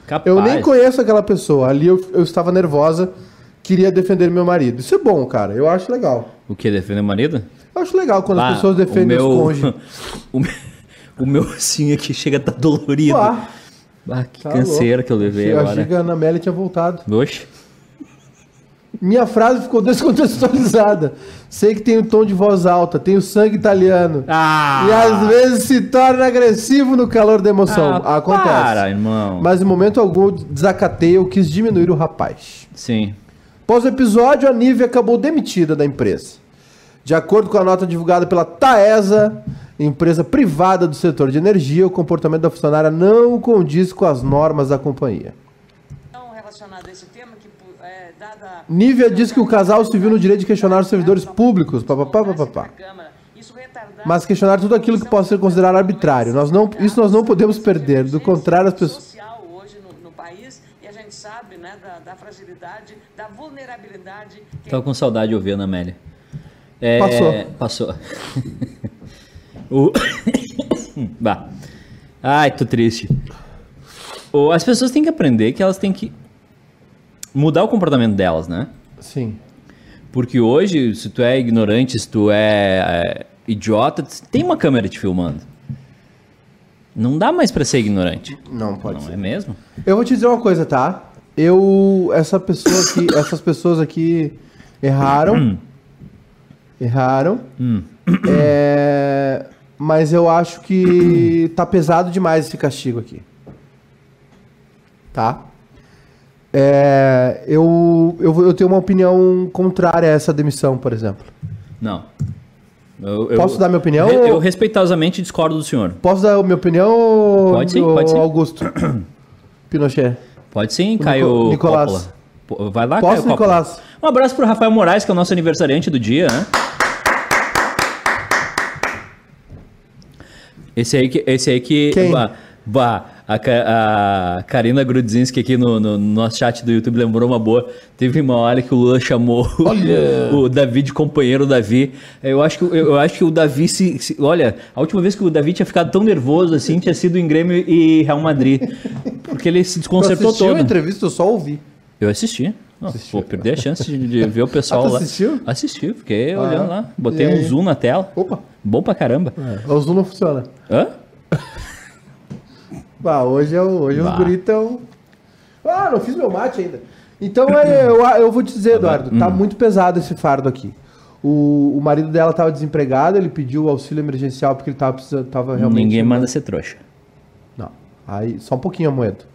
Speaker 1: Capaz.
Speaker 2: Eu nem conheço aquela pessoa. Ali eu, eu estava nervosa, queria defender meu marido. Isso é bom, cara. Eu acho legal.
Speaker 1: O que? Defender o marido?
Speaker 2: Eu acho legal quando
Speaker 1: Bah,
Speaker 2: as pessoas defendem os cônjuges.
Speaker 1: o meu. O meu assim aqui chega a tá dolorido.
Speaker 2: Ah,
Speaker 1: Ah, que
Speaker 2: tá
Speaker 1: canseira
Speaker 2: louco.
Speaker 1: que eu levei
Speaker 2: Eu
Speaker 1: agora.
Speaker 2: achei que a Ana Amélia tinha voltado.
Speaker 1: Oxe.
Speaker 2: Minha frase ficou descontextualizada. Sei que tem o tom de voz alta, tem o sangue italiano.
Speaker 1: Ah!
Speaker 2: E às vezes se torna agressivo no calor da emoção.
Speaker 1: Ah,
Speaker 2: Acontece.
Speaker 1: Para, irmão.
Speaker 2: Mas em momento algum eu desacatei ou quis diminuir o rapaz.
Speaker 1: Sim.
Speaker 2: Após o episódio, a Nivea acabou demitida da empresa. De acordo com a nota divulgada pela Taesa, empresa privada do setor de energia, o comportamento da funcionária não condiz com as normas da companhia.
Speaker 3: Então, relacionado a esse tema, que pu- é, dada...
Speaker 2: Nívia diz que o casal se viu no direito de questionar os servidores públicos, papapá, papapá. Mas questionar tudo aquilo que possa ser considerado arbitrário. Nós não- isso nós não podemos perder, do contrário, as pessoas-
Speaker 3: social hoje no, no país, e a gente sabe né, da, da fragilidade, da vulnerabilidade...
Speaker 2: Tá.
Speaker 3: que-
Speaker 1: Tava com saudade de ouvir a Ana Amélia. É, Passou. o... bah. Ai, tô triste. O- As pessoas têm que aprender que elas têm que mudar o comportamento delas, né?
Speaker 2: Sim.
Speaker 1: Porque hoje, se tu é ignorante, se tu é, é, idiota, tem uma câmera te filmando. Não dá mais pra ser ignorante.
Speaker 2: Não pode
Speaker 1: Não
Speaker 2: ser.
Speaker 1: é mesmo?
Speaker 2: Eu vou te dizer uma coisa, tá? Eu. Essa pessoa aqui. essas pessoas aqui
Speaker 1: Hum.
Speaker 2: erraram. erraram. É, Mas eu acho que tá pesado demais esse castigo aqui. Tá? É, eu, eu, eu tenho uma opinião contrária a essa demissão, por exemplo.
Speaker 1: Não. Eu- eu-
Speaker 2: Posso dar minha opinião?
Speaker 1: Eu, eu respeitosamente discordo do senhor.
Speaker 2: Posso dar a minha opinião,
Speaker 1: Pode sim,
Speaker 2: ô,
Speaker 1: pode sim.
Speaker 2: Augusto Pinochet?
Speaker 1: Pode sim, Caio
Speaker 2: Nico- Nicolás.
Speaker 1: Coppola. Pô, Vai lá,
Speaker 2: Posso,
Speaker 1: Caio Coppola.
Speaker 2: Nicolás?
Speaker 1: Um abraço pro Rafael Moraes, que é o nosso aniversariante do dia, né? Esse aí que... Esse aí que
Speaker 2: Quem?
Speaker 1: Bah, bah, a, Ca- a Karina Grudzinski aqui no, no nosso chat do YouTube lembrou uma boa. Teve uma hora que o Lula chamou o- o Davi de companheiro Davi. Eu acho que, eu, eu acho que o Davi se, se- Olha, a última vez que o Davi tinha ficado tão nervoso assim tinha sido em Grêmio e Real Madrid. Porque ele se desconcertou
Speaker 2: assistiu
Speaker 1: todo.
Speaker 2: a entrevista, eu só ouvi.
Speaker 1: Eu assisti. Não,
Speaker 2: Assistiu.
Speaker 1: Vou perder a chance de, de ver o pessoal
Speaker 2: Ah, tu
Speaker 1: lá.
Speaker 2: assistiu?
Speaker 1: Assisti, fiquei
Speaker 2: Ah,
Speaker 1: olhando lá. Botei
Speaker 2: e
Speaker 1: um
Speaker 2: aí?
Speaker 1: zoom na tela.
Speaker 2: Opa. É.
Speaker 1: Bom pra caramba.
Speaker 2: O Zoom não funciona.
Speaker 1: Hã?
Speaker 2: Bah, hoje é o- hoje os
Speaker 1: Bah.
Speaker 2: guris tão- Ah, não fiz meu mate ainda. Então é, eu, eu vou te dizer, Eduardo,
Speaker 1: Hum.
Speaker 2: tá muito pesado esse fardo aqui. O, o marido dela tava desempregado, ele pediu o auxílio emergencial porque ele tava, precisando, tava realmente... né?
Speaker 1: Ninguém manda ser trouxa.
Speaker 2: Não. Aí, só um pouquinho, Amoedo.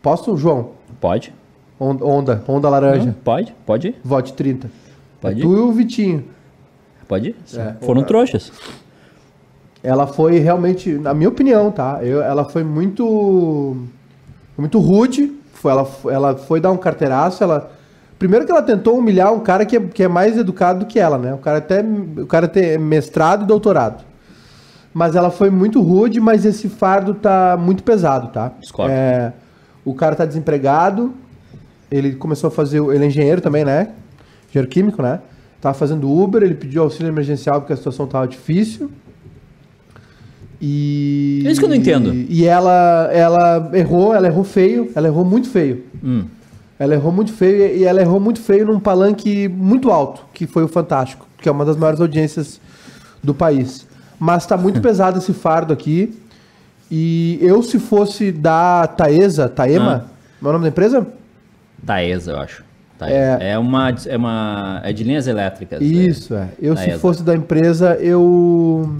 Speaker 2: Posso, João?
Speaker 1: Pode?
Speaker 2: On- Onda, onda laranja.
Speaker 1: Pode? Pode ir?
Speaker 2: Vote 30.
Speaker 1: Pode
Speaker 2: É
Speaker 1: ir?
Speaker 2: tu e o Vitinho.
Speaker 1: Pode ir?
Speaker 2: É.
Speaker 1: Foram trouxas.
Speaker 2: Ela foi realmente, na minha opinião, tá? Eu- ela foi muito. Muito rude. Foi, ela, ela foi dar um carteiraço. Ela, primeiro que ela tentou humilhar um cara que é, que é mais educado do que ela, né? O cara, até, o cara tem mestrado e doutorado. Mas ela foi muito rude, mas esse fardo tá muito pesado, tá?
Speaker 1: Discordo.
Speaker 2: É, o cara tá desempregado. Ele começou a fazer. o- Ele é engenheiro também, né? Engenheiro químico, né? Tava fazendo Uber, ele pediu auxílio emergencial porque a situação tava difícil. E.
Speaker 1: É isso que eu não entendo.
Speaker 2: E, ela, ela errou, ela errou feio, ela errou muito feio.
Speaker 1: Hum.
Speaker 2: Ela errou muito feio e ela errou muito feio num palanque muito alto, que foi o Fantástico, que é uma das maiores audiências do país. Mas tá muito pesado esse fardo aqui. E eu, se fosse da Taesa,
Speaker 1: Ah.
Speaker 2: Taema, meu nome da empresa?
Speaker 1: Taesa, eu acho. Taesa. É. uma, é uma. É de linhas elétricas.
Speaker 2: Isso, é. Eu, se
Speaker 1: Taesa.
Speaker 2: fosse da empresa, eu.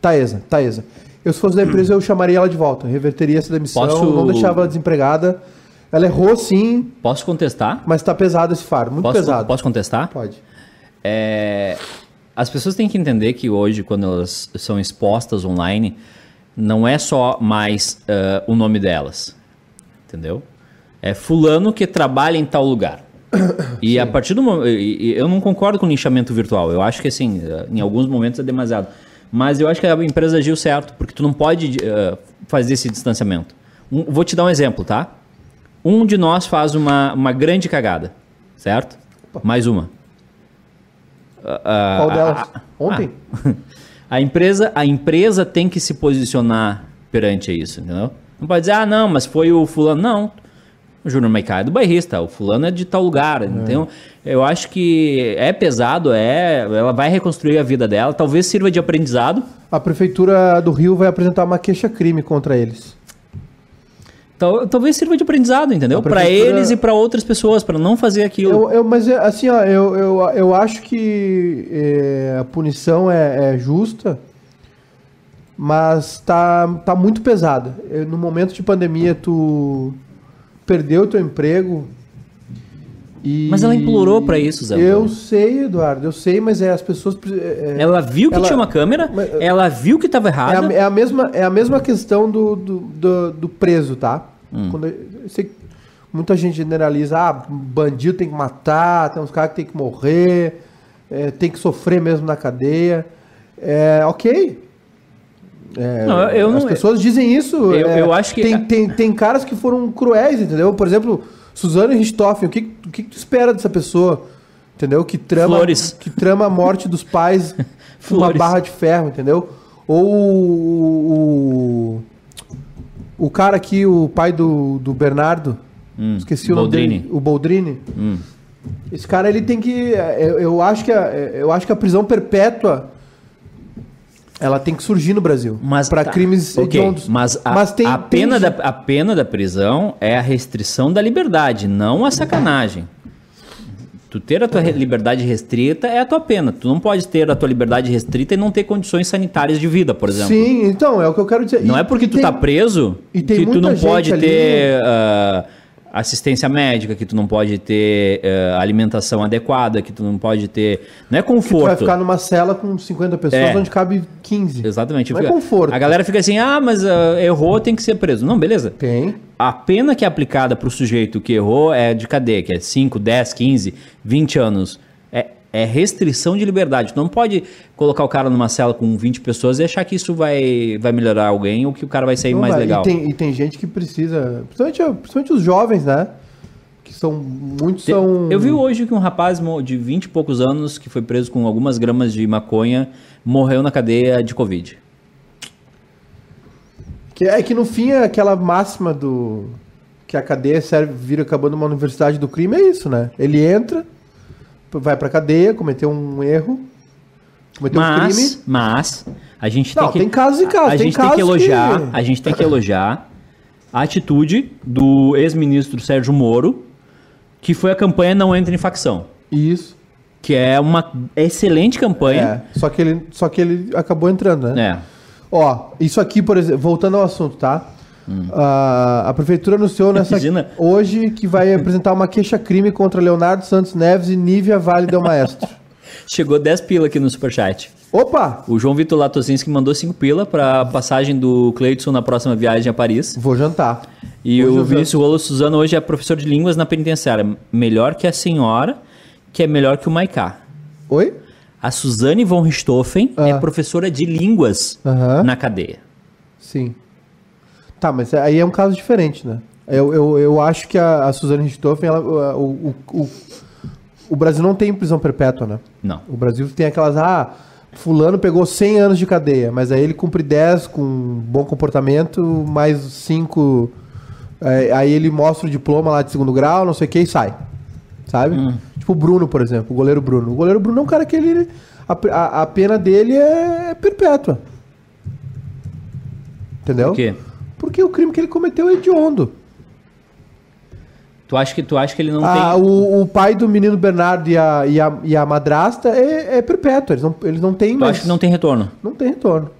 Speaker 2: Taesa, Taesa. Eu, se fosse da empresa, eu chamaria ela de volta, reverteria essa demissão,
Speaker 1: Posso-
Speaker 2: não deixava ela desempregada. Ela errou sim,
Speaker 1: Posso contestar?
Speaker 2: mas tá pesado esse fardo, muito
Speaker 1: Posso,
Speaker 2: pesado.
Speaker 1: posso contestar?
Speaker 2: Pode.
Speaker 1: É, as pessoas têm que entender que hoje, quando elas são expostas online, não é só mais ah, o nome delas. Entendeu? É fulano que trabalha em tal lugar. E a partir do momento. Eu não concordo com o linchamento virtual. Eu acho que assim, eh, em alguns momentos é demasiado. Mas eu acho que a empresa agiu certo, porque tu não pode eh, fazer esse distanciamento. Um- vou te dar um exemplo, tá? Um de nós faz uma, uma grande cagada, certo? Mais uma. Ah,
Speaker 2: Qual delas? Ontem?
Speaker 1: A empresa, a empresa tem que se posicionar perante isso, entendeu? Não pode dizer, ah, não, mas foi o fulano. Não. O Júnior Maicá é do bairrista, o fulano é de tal lugar. Então, eu acho que é pesado, é. Ela vai reconstruir a vida dela, talvez sirva de aprendizado.
Speaker 2: A prefeitura do Rio vai apresentar uma queixa-crime contra eles.
Speaker 1: Tal- talvez sirva de aprendizado, entendeu?
Speaker 2: A
Speaker 1: Pra
Speaker 2: prefeitura-
Speaker 1: eles e pra outras pessoas, pra não fazer aquilo.
Speaker 2: Eu, eu- mas é, assim, ó, eu, eu, eu acho que é, a punição é, é justa, mas tá, tá muito pesada. Eu, no momento de pandemia, tu perdeu teu emprego. E
Speaker 1: Mas ela implorou pra isso, Zé
Speaker 2: Eu
Speaker 1: Antônio.
Speaker 2: sei, Eduardo, eu sei, mas é, as pessoas. pre- é- é-
Speaker 1: Ela viu que
Speaker 2: ela-
Speaker 1: tinha uma câmera,
Speaker 2: Mas-
Speaker 1: ela viu que tava
Speaker 2: É a,
Speaker 1: errado.
Speaker 2: é a mesma, é a mesma questão do, do, do- do preso, tá?
Speaker 1: Hum.
Speaker 2: Quando, eu sei que muita gente generaliza, ah, bandido tem que matar, tem uns caras que tem que morrer, é, tem que sofrer mesmo na cadeia. É, ok. É,
Speaker 1: Não, eu- eu
Speaker 2: as
Speaker 1: não-
Speaker 2: pessoas dizem isso.
Speaker 1: Eu-
Speaker 2: é,
Speaker 1: eu acho que-
Speaker 2: Tem, tem, tem caras que foram cruéis, entendeu? Por exemplo, Suzane Richthofen, o que, o que que tu espera dessa pessoa? Entendeu? Que trama,
Speaker 1: Flores.
Speaker 2: Que trama a morte dos pais com uma
Speaker 1: Flores.
Speaker 2: barra barra de ferro, entendeu? Ou o, o, o cara aqui, o pai do, do Bernardo, esqueci o
Speaker 1: Hum, Boldrini. Hum.
Speaker 2: nome dele, o Boldrini. Esse cara ele tem que, é, eu, eu acho que a, eu acho que a prisão perpétua ela tem que surgir no Brasil
Speaker 1: Mas
Speaker 2: para
Speaker 1: tá.
Speaker 2: crimes
Speaker 1: Ok,
Speaker 2: hediondos.
Speaker 1: Mas, a,
Speaker 2: Mas tem-
Speaker 1: a
Speaker 2: tem
Speaker 1: pena
Speaker 2: gente-
Speaker 1: da, a pena da prisão é a restrição da liberdade, não a sacanagem. Tu ter a tua re- liberdade restrita é a tua pena. Tu não pode ter a tua liberdade restrita e não ter condições sanitárias de vida, por exemplo.
Speaker 2: Sim, então, é o que eu quero dizer.
Speaker 1: Não
Speaker 2: E-
Speaker 1: é porque
Speaker 2: e
Speaker 1: tu
Speaker 2: tem-
Speaker 1: tá preso
Speaker 2: e tem
Speaker 1: que tu
Speaker 2: muita
Speaker 1: não
Speaker 2: gente
Speaker 1: pode
Speaker 2: ali-
Speaker 1: ter ah, assistência médica, que tu não pode ter ah, alimentação adequada, que tu não pode ter. Não é
Speaker 2: Tu vai
Speaker 1: conforto.
Speaker 2: ficar numa cela com 50 pessoas
Speaker 1: É.
Speaker 2: onde cabe 15.
Speaker 1: Exatamente.
Speaker 2: Não é
Speaker 1: Fica-
Speaker 2: conforto.
Speaker 1: A galera fica assim, ah, mas ah, errou, tem que ser preso. Não, beleza.
Speaker 2: Tem.
Speaker 1: A pena que é aplicada pro sujeito que errou é de cadeia, que é 5, 10, 15, 20 anos. É, é restrição de liberdade. Tu não pode colocar o cara numa cela com 20 pessoas e achar que isso vai, vai melhorar alguém ou que o cara vai sair
Speaker 2: Não
Speaker 1: mais
Speaker 2: vai.
Speaker 1: legal.
Speaker 2: E tem, e tem gente que precisa, principalmente, principalmente os jovens, né? Que são, muitos
Speaker 1: Te-
Speaker 2: são...
Speaker 1: Eu vi hoje que um rapaz mo- de 20 e poucos anos, que foi preso com algumas gramas de maconha, morreu na cadeia de Covid.
Speaker 2: Que é que no fim é aquela máxima do que a cadeia serve vira acabando uma universidade do crime é isso, né? Ele entra, p- vai pra cadeia, cometeu um erro, cometeu um
Speaker 1: Mas,
Speaker 2: crime.
Speaker 1: mas, a gente
Speaker 2: Não,
Speaker 1: tem que.
Speaker 2: tem casos e
Speaker 1: a-
Speaker 2: casos,
Speaker 1: A,
Speaker 2: tem
Speaker 1: gente tem
Speaker 2: casos
Speaker 1: que elogiar.
Speaker 2: que-
Speaker 1: A gente tem que elogiar a atitude do ex-ministro Sérgio Moro, que foi a campanha Não Entre em Facção.
Speaker 2: Isso.
Speaker 1: Que é uma excelente campanha.
Speaker 2: É, só que ele só que ele acabou entrando, né?
Speaker 1: É.
Speaker 2: Ó, isso aqui, por exemplo, voltando ao assunto, tá? Ah, a prefeitura anunciou nessa
Speaker 1: Imagina.
Speaker 2: hoje que vai apresentar uma queixa-crime contra Leonardo Santos Neves e Nívia Vale Del Maestro.
Speaker 1: Chegou 10 pila aqui no Superchat.
Speaker 2: Opa!
Speaker 1: O João Vitor Latosinski mandou 5 pila para passagem do Cleiton na próxima viagem a Paris.
Speaker 2: Vou jantar.
Speaker 1: E
Speaker 2: Hoje
Speaker 1: o
Speaker 2: eu já-
Speaker 1: Vinícius Rolo Suzano hoje é professor de línguas na penitenciária. Melhor que a senhora, que é melhor que o Maiká.
Speaker 2: Oi?
Speaker 1: A Suzane von Richthofen
Speaker 2: Ah.
Speaker 1: é professora de línguas
Speaker 2: Aham.
Speaker 1: na cadeia.
Speaker 2: Sim. Tá, mas aí é um caso diferente, né? Eu, eu, eu acho que a, a Suzane Richthofen, ela, o, o, o, o Brasil não tem prisão perpétua, né?
Speaker 1: Não.
Speaker 2: O Brasil tem aquelas, ah, fulano pegou 100 anos de cadeia, mas aí ele cumpre 10 com bom comportamento, mais 5, aí ele mostra o diploma lá de segundo grau, não sei o que, e sai. Sabe?
Speaker 1: Hum.
Speaker 2: Tipo o Bruno, por exemplo, o goleiro Bruno. O goleiro Bruno é um cara que ele... A, a, a pena dele é perpétua. Entendeu?
Speaker 1: Por quê?
Speaker 2: Porque o crime que ele cometeu é hediondo.
Speaker 1: Tu acha que, tu acha que ele não
Speaker 2: Ah,
Speaker 1: tem.
Speaker 2: o, o pai do menino Bernardo e a, e a, e a madrasta é, é perpétua. Eles não, eles não têm
Speaker 1: Tu
Speaker 2: mais-
Speaker 1: acha que não tem retorno?
Speaker 2: Não tem retorno.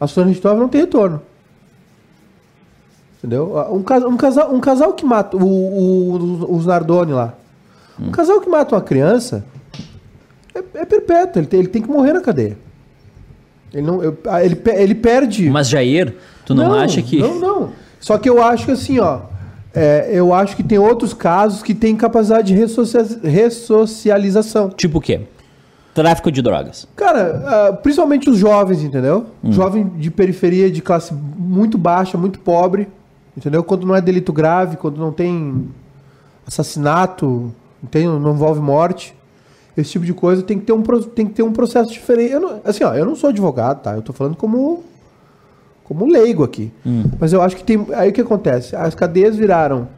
Speaker 2: A Sônia Richthofen não tem retorno. Entendeu? Ah, Um, casa- um casal, um casal que mata. O, o- os Nardoni lá.
Speaker 1: Hum.
Speaker 2: Um casal que mata uma criança é, é perpétuo. Ele tem, ele tem que morrer na cadeia. Ele, não, eu- ah, ele, pe- ele perde.
Speaker 1: Mas Jair, tu não, acha que.
Speaker 2: Não, não. Só que eu acho que assim, ó. é, eu acho que tem outros casos que tem capacidade de ressocia- ressocialização.
Speaker 1: Tipo o quê? Tráfico de drogas.
Speaker 2: Cara, ah, principalmente os jovens, entendeu? Jovem de periferia, de classe muito baixa, muito pobre, entendeu? Quando não é delito grave, quando não tem assassinato, não, tem, não envolve morte, esse tipo de coisa tem que ter um, pro- tem que ter um processo diferente. Eu não- assim, ó, eu não sou advogado, tá? Eu tô falando como como leigo aqui. Mas eu acho que tem. Aí o que acontece? As cadeias viraram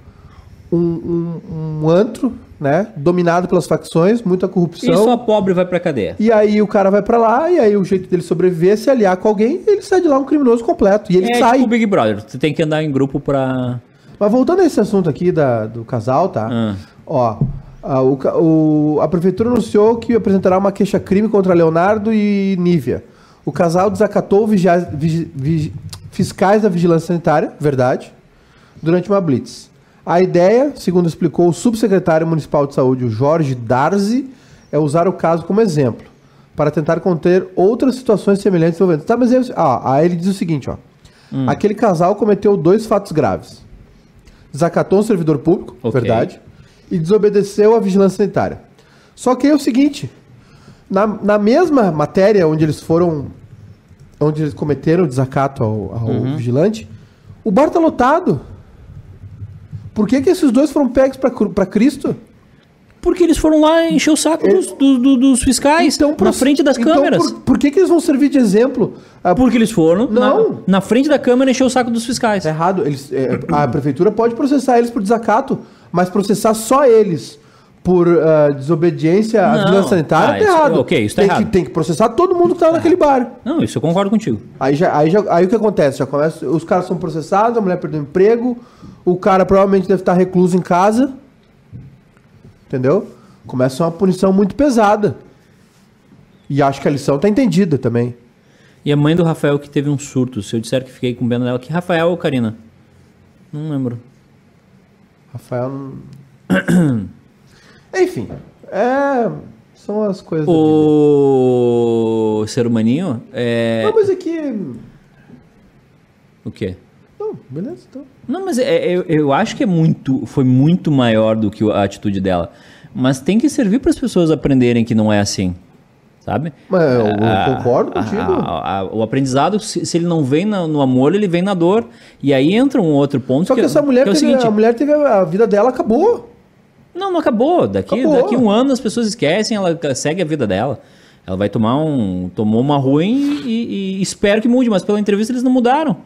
Speaker 2: um, um- um antro, né? Dominado pelas facções, muita corrupção.
Speaker 1: E só pobre vai pra cadeia.
Speaker 2: E aí o cara vai pra lá, e aí o jeito dele sobreviver é se aliar com alguém, e ele sai de lá um criminoso completo. E ele
Speaker 1: é
Speaker 2: sai.
Speaker 1: tipo o Big Brother. Tu tem que andar em grupo pra.
Speaker 2: Mas voltando a esse assunto aqui da, do casal, tá?
Speaker 1: Ah.
Speaker 2: Ó, a, o ca- o- a prefeitura anunciou que apresentará uma queixa-crime contra Leonardo e Nívia. O casal desacatou vigia- vigi- vigi- fiscais da vigilância sanitária, verdade, durante uma blitz. A ideia, segundo explicou o subsecretário municipal de saúde, o Jorge Darzi, é usar o caso como exemplo para tentar conter outras situações semelhantes envolvendo. Tá, mas aí- ah, aí ele diz o seguinte, ó. Aquele casal cometeu dois fatos graves desacatou um servidor público,
Speaker 1: Ok.
Speaker 2: verdade, e desobedeceu à vigilância sanitária. Só que é o seguinte, na, na mesma matéria onde eles foram, onde eles cometeram o desacato ao, ao vigilante, o bar tá lotado. Por que que esses dois foram pegos pra cru- pra Cristo?
Speaker 1: Porque eles foram lá encher o saco dos, do- do- dos fiscais Ah, na
Speaker 2: por-
Speaker 1: frente das
Speaker 2: É. então,
Speaker 1: câmeras.
Speaker 2: Por, por que que eles vão servir de exemplo? Ah,
Speaker 1: Porque eles foram na-
Speaker 2: Não.
Speaker 1: Na, frente da câmera encher o saco dos fiscais.
Speaker 2: Tá errado. Eles, é, a prefeitura pode processar eles por desacato, mas processar só eles por ah, desobediência à
Speaker 1: Não.
Speaker 2: vigilância sanitária
Speaker 1: Ah,
Speaker 2: tá
Speaker 1: isso-
Speaker 2: errado.
Speaker 1: ok, isso tá
Speaker 2: tem
Speaker 1: errado.
Speaker 2: Que, tem que processar todo mundo que tá naquele bar.
Speaker 1: Não, isso eu concordo contigo.
Speaker 2: Aí, já, aí, já, aí o que acontece? Já começa, os caras são processados, a mulher perdeu o emprego, o cara provavelmente deve estar recluso em casa. Entendeu? Começa uma punição muito pesada. E acho que a lição tá entendida também.
Speaker 1: E a mãe do Rafael que teve um surto. Se eu disser que fiquei com pena dela, que Rafael ou Karina? Não lembro.
Speaker 2: Rafael não... Enfim. É... São as coisas. da vida.
Speaker 1: O ser humaninho é.
Speaker 2: Não, mas aqui.
Speaker 1: O quê?
Speaker 2: Não, beleza, então.
Speaker 1: Não, mas é- é- eu, eu acho que é muito, foi muito maior do que a atitude dela. Mas tem que servir para as pessoas aprenderem que não é assim, sabe?
Speaker 2: Mas eu
Speaker 1: Ah,
Speaker 2: concordo
Speaker 1: ah,
Speaker 2: contigo.
Speaker 1: ah, ah, o aprendizado, se, se ele não vem na- no amor, ele vem na dor. E aí entra um outro ponto
Speaker 2: Só que,
Speaker 1: que,
Speaker 2: essa mulher,
Speaker 1: que é o
Speaker 2: teve,
Speaker 1: seguinte.
Speaker 2: a mulher teve a, a vida dela, acabou.
Speaker 1: Não, não acabou. Daqui,
Speaker 2: Acabou.
Speaker 1: daqui um ano as pessoas esquecem, ela segue a vida dela. Ela vai tomar um. Tomou uma ruim e, e espero que mude, mas pela entrevista eles não mudaram.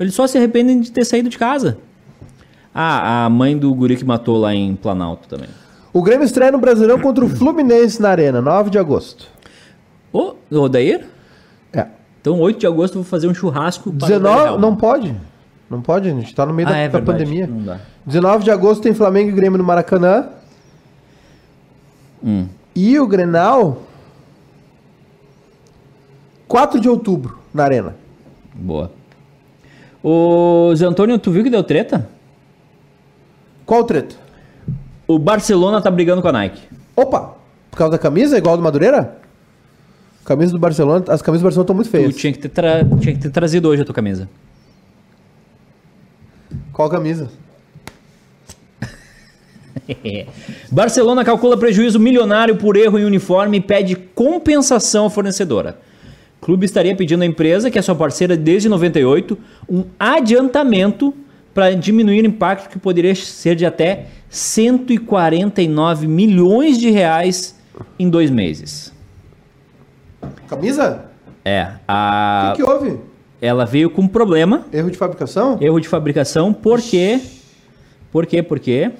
Speaker 1: Eles só se arrependem de ter saído de casa. Ah, a mãe do guri que matou lá em Planalto também.
Speaker 2: O Grêmio estreia no Brasileirão contra o Fluminense na Arena, 9 de agosto.
Speaker 1: Ô, ô Dair?
Speaker 2: É.
Speaker 1: Então, 8 de agosto eu vou fazer um churrasco. para o
Speaker 2: 19,
Speaker 1: Daniel.
Speaker 2: não pode. Não pode, a gente tá no meio
Speaker 1: Ah,
Speaker 2: da,
Speaker 1: é
Speaker 2: da
Speaker 1: verdade,
Speaker 2: pandemia.
Speaker 1: não dá.
Speaker 2: 19 de agosto tem Flamengo e Grêmio no Maracanã.
Speaker 1: Hum.
Speaker 2: E o Grenal 4 de outubro na Arena.
Speaker 1: Boa. Ô, Zé Antônio, tu viu que deu treta?
Speaker 2: Qual treta?
Speaker 1: O Barcelona tá brigando com a Nike.
Speaker 2: Opa! Por causa da camisa, igual a do Madureira? Camisa do Barcelona, as camisas do Barcelona estão muito
Speaker 1: Tu
Speaker 2: feias.
Speaker 1: tinha que, ter tra- tinha que ter trazido hoje a tua camisa.
Speaker 2: Qual camisa?
Speaker 1: Barcelona calcula prejuízo milionário por erro em uniforme e pede compensação à fornecedora. O clube estaria pedindo à empresa, que é sua parceira desde 98, um adiantamento para diminuir o impacto que poderia ser de até 149 milhões de reais em dois meses.
Speaker 2: Camisa?
Speaker 1: É,
Speaker 2: O
Speaker 1: a...
Speaker 2: que, que houve?
Speaker 1: ela veio com um problema,
Speaker 2: Erro de fabricação?
Speaker 1: erro de fabricação, por quê? Por quê? Por quê?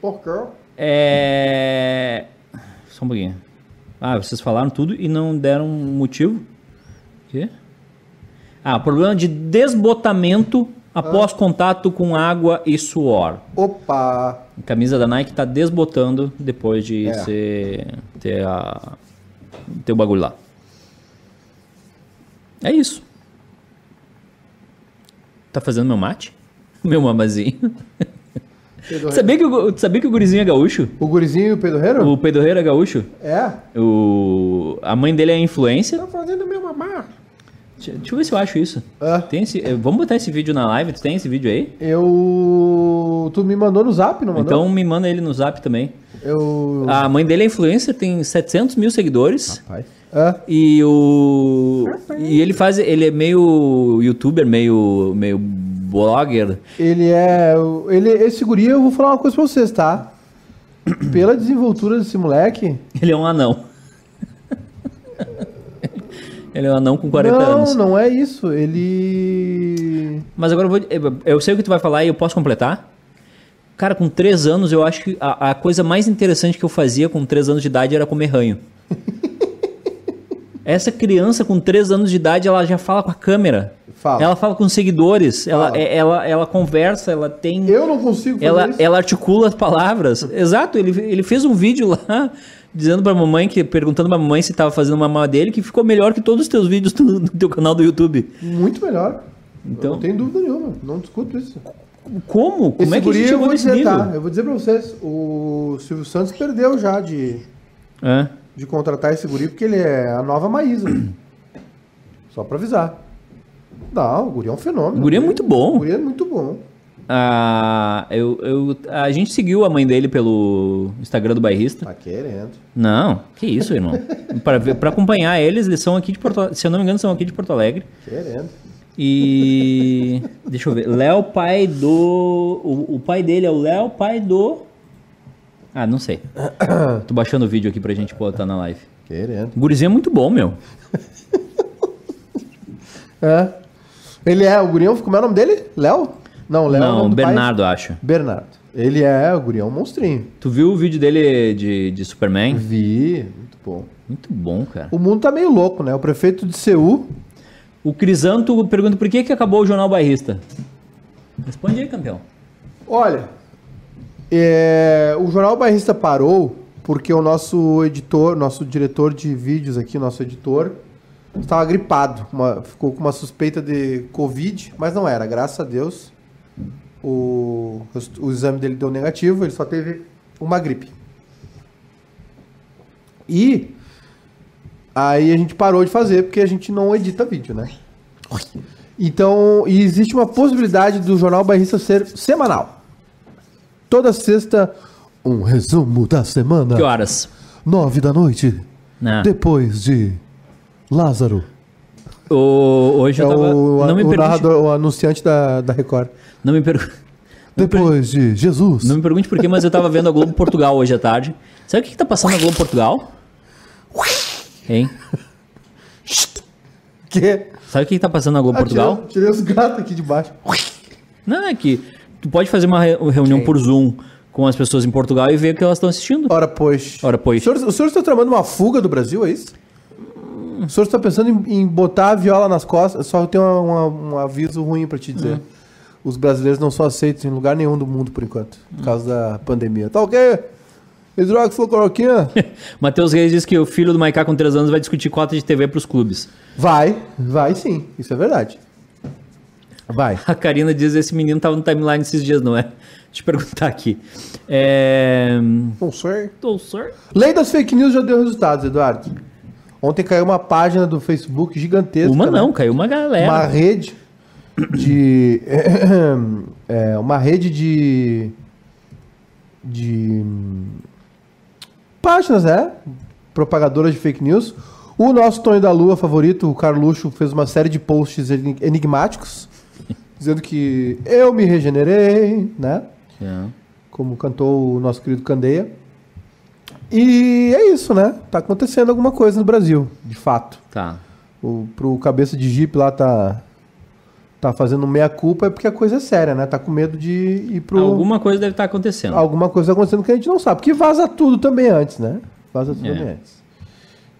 Speaker 2: Por quê?
Speaker 1: É. Só um pouquinho. Ah, vocês falaram tudo e não deram um motivo? O quê? Ah, problema de desbotamento após contato com água e suor.
Speaker 2: Opa!
Speaker 1: A camisa da Nike tá desbotando depois de
Speaker 2: É.
Speaker 1: ser, ter, a, ter o bagulho lá. É isso. Tá fazendo meu mate? Meu mamazinho. sabia, que o, sabia que o gurizinho é gaúcho?
Speaker 2: O gurizinho e o pedorreiro?
Speaker 1: O Pedorreiro é gaúcho?
Speaker 2: É.
Speaker 1: O... A mãe dele é influencer?
Speaker 2: Tá fazendo meu mamar.
Speaker 1: Deixa, deixa eu ver se eu acho isso.
Speaker 2: Ah.
Speaker 1: Tem esse... eh, Vamos botar esse vídeo na live? Tu tem esse vídeo aí?
Speaker 2: Eu. Tu me mandou no zap, não mandou?
Speaker 1: Então me manda ele no zap também.
Speaker 2: Eu.
Speaker 1: A mãe dele é influencer, tem 700 mil seguidores.
Speaker 2: Pai. Ah,
Speaker 1: E o... E ele faz... Ele é meio youtuber, meio... Meio blogger.
Speaker 2: ele é. Ele, esse guri, eu vou falar uma coisa pra vocês, tá? Pela desenvoltura desse moleque.
Speaker 1: Ele é um anão. ele é um anão com 40
Speaker 2: não,
Speaker 1: anos.
Speaker 2: não é isso. Ele.
Speaker 1: Mas agora eu vou. eu- Eu sei o que tu vai falar e eu posso completar. Cara, com 3 anos, eu acho que a, a coisa mais interessante que eu fazia com 3 anos de idade era comer ranho. Essa criança com 3 anos de idade, ela já fala com a câmera.
Speaker 2: Fala.
Speaker 1: Ela fala com os seguidores, ela,
Speaker 2: Fala.
Speaker 1: é- ela, ela conversa, ela tem.
Speaker 2: Eu não consigo fazer
Speaker 1: Ela,
Speaker 2: isso.
Speaker 1: ela articula as palavras. Exato, ele, ele fez um vídeo lá dizendo pra mamãe que perguntando pra mamãe se tava fazendo mamá dele, que ficou melhor que todos os teus vídeos no, no teu canal do YouTube.
Speaker 2: Muito melhor.
Speaker 1: Então-
Speaker 2: Eu não tenho dúvida nenhuma. Não discuto isso.
Speaker 1: Como? Como
Speaker 2: esse
Speaker 1: é que a
Speaker 2: guri,
Speaker 1: gente
Speaker 2: eu
Speaker 1: chegou
Speaker 2: vou
Speaker 1: nesse
Speaker 2: dizer,
Speaker 1: nível?
Speaker 2: tá? Eu vou dizer pra vocês. O Silvio Santos perdeu já de.
Speaker 1: É.
Speaker 2: de contratar esse guri porque ele é a nova Maísa. Só pra avisar. Não, o guri é um
Speaker 1: O
Speaker 2: fenômeno.
Speaker 1: guri é muito
Speaker 2: O
Speaker 1: bom.
Speaker 2: guri é muito bom.
Speaker 1: Ah, eu, eu, a gente seguiu a mãe dele pelo Instagram do bairrista.
Speaker 2: Tá querendo.
Speaker 1: Não, que isso, irmão. Pra ver- pra acompanhar eles, eles são aqui de Porto Alegre. Se eu não me engano, são aqui de Porto Alegre.
Speaker 2: Querendo.
Speaker 1: E. Deixa eu ver. Léo, pai do. O, o pai dele é o Léo, pai do. Ah, não sei. Tô baixando o vídeo aqui pra gente botar na live.
Speaker 2: Querendo.
Speaker 1: O gurizinho é muito bom, meu.
Speaker 2: É. Ele é, o gurião, como é o nome dele? Léo? Não, Léo. é o
Speaker 1: não,
Speaker 2: nome do pai.
Speaker 1: Bernardo, acho.
Speaker 2: Bernardo. Ele é, o gurião é um monstrinho.
Speaker 1: Tu viu o vídeo dele de, de Superman?
Speaker 2: Vi, muito bom.
Speaker 1: Muito bom, cara.
Speaker 2: O mundo tá meio louco, né? O prefeito de Seul,
Speaker 1: O Crisanto pergunta por que, que acabou o Jornal Bairrista. Responde aí, campeão.
Speaker 2: olha, é, o jornal Bairrista parou porque o nosso editor, nosso diretor de vídeos aqui, nosso editor, estava gripado, uma- ficou com uma suspeita de Covid, mas não era, graças a Deus. O, o exame dele deu negativo, ele só teve uma gripe. E aí a gente parou de fazer porque a gente não edita vídeo, né? Então, e existe uma possibilidade do Jornal Bairrista ser semanal. Toda sexta, um resumo da semana.
Speaker 1: Que Ah. horas? Né?
Speaker 2: Nove da noite.
Speaker 1: Não.
Speaker 2: Depois de Lázaro.
Speaker 1: O- hoje
Speaker 2: É
Speaker 1: eu tava.
Speaker 2: o,
Speaker 1: não, me
Speaker 2: o
Speaker 1: pergunte,
Speaker 2: narrador, o anunciante da, da Record.
Speaker 1: não, me pergu-
Speaker 2: Depois de Jesus.
Speaker 1: não me pergunte por quê, mas eu tava vendo a Globo Portugal hoje à tarde. Sabe o que, que tá passando na Globo Portugal? Hein?
Speaker 2: Que?
Speaker 1: Sabe o que, que tá passando na Globo
Speaker 2: Ah,
Speaker 1: Portugal?
Speaker 2: tirei, tirei os gatos aqui de baixo.
Speaker 1: Não, é que tu pode fazer uma re- reunião por Zoom com as pessoas em Portugal e ver o que elas estão assistindo.
Speaker 2: Ora, pois.
Speaker 1: Ora, pois.
Speaker 2: O senhor, o senhor está tramando uma fuga do Brasil, é isso?
Speaker 1: Hum.
Speaker 2: O senhor está pensando em, em botar a viola nas costas? Só tem uma- uma- um aviso ruim para te
Speaker 1: Hum.
Speaker 2: dizer. Os brasileiros não são aceitos em lugar nenhum do mundo por enquanto, por causa da pandemia. Tá ok? Hidroxicloroquina?
Speaker 1: Matheus Reis diz que o filho do Maiká com 3 anos vai discutir cota de TV pros clubes.
Speaker 2: vai, vai sim. Isso é verdade. Vai.
Speaker 1: A Karina diz esse menino tava no timeline esses dias, não é? Deixa eu perguntar aqui. É...
Speaker 2: Não sei.
Speaker 1: Tô, sir?
Speaker 2: Lei das fake news já deu resultados, Eduardo. Ontem caiu uma página do Facebook gigantesca.
Speaker 1: Uma
Speaker 2: né?
Speaker 1: não, caiu uma galera.
Speaker 2: uma rede de é, uma rede de de páginas, né? Propagadoras de fake news. O nosso Tonho da Lua favorito, o Carluxo, fez uma série de posts enig- enigmáticos dizendo que eu me regenerei, né?
Speaker 1: É.
Speaker 2: Como cantou o nosso querido Candeia. E é isso, né? Tá acontecendo alguma coisa no Brasil, de fato.
Speaker 1: Tá.
Speaker 2: O, pro cabeça de Jeep lá tá tá fazendo meia culpa é porque a coisa é séria, né? Tá com medo de ir pro
Speaker 1: Alguma coisa deve estar acontecendo.
Speaker 2: alguma coisa acontecendo que a gente não sabe, porque vaza tudo também antes, né? Vaza tudo
Speaker 1: É.
Speaker 2: também antes.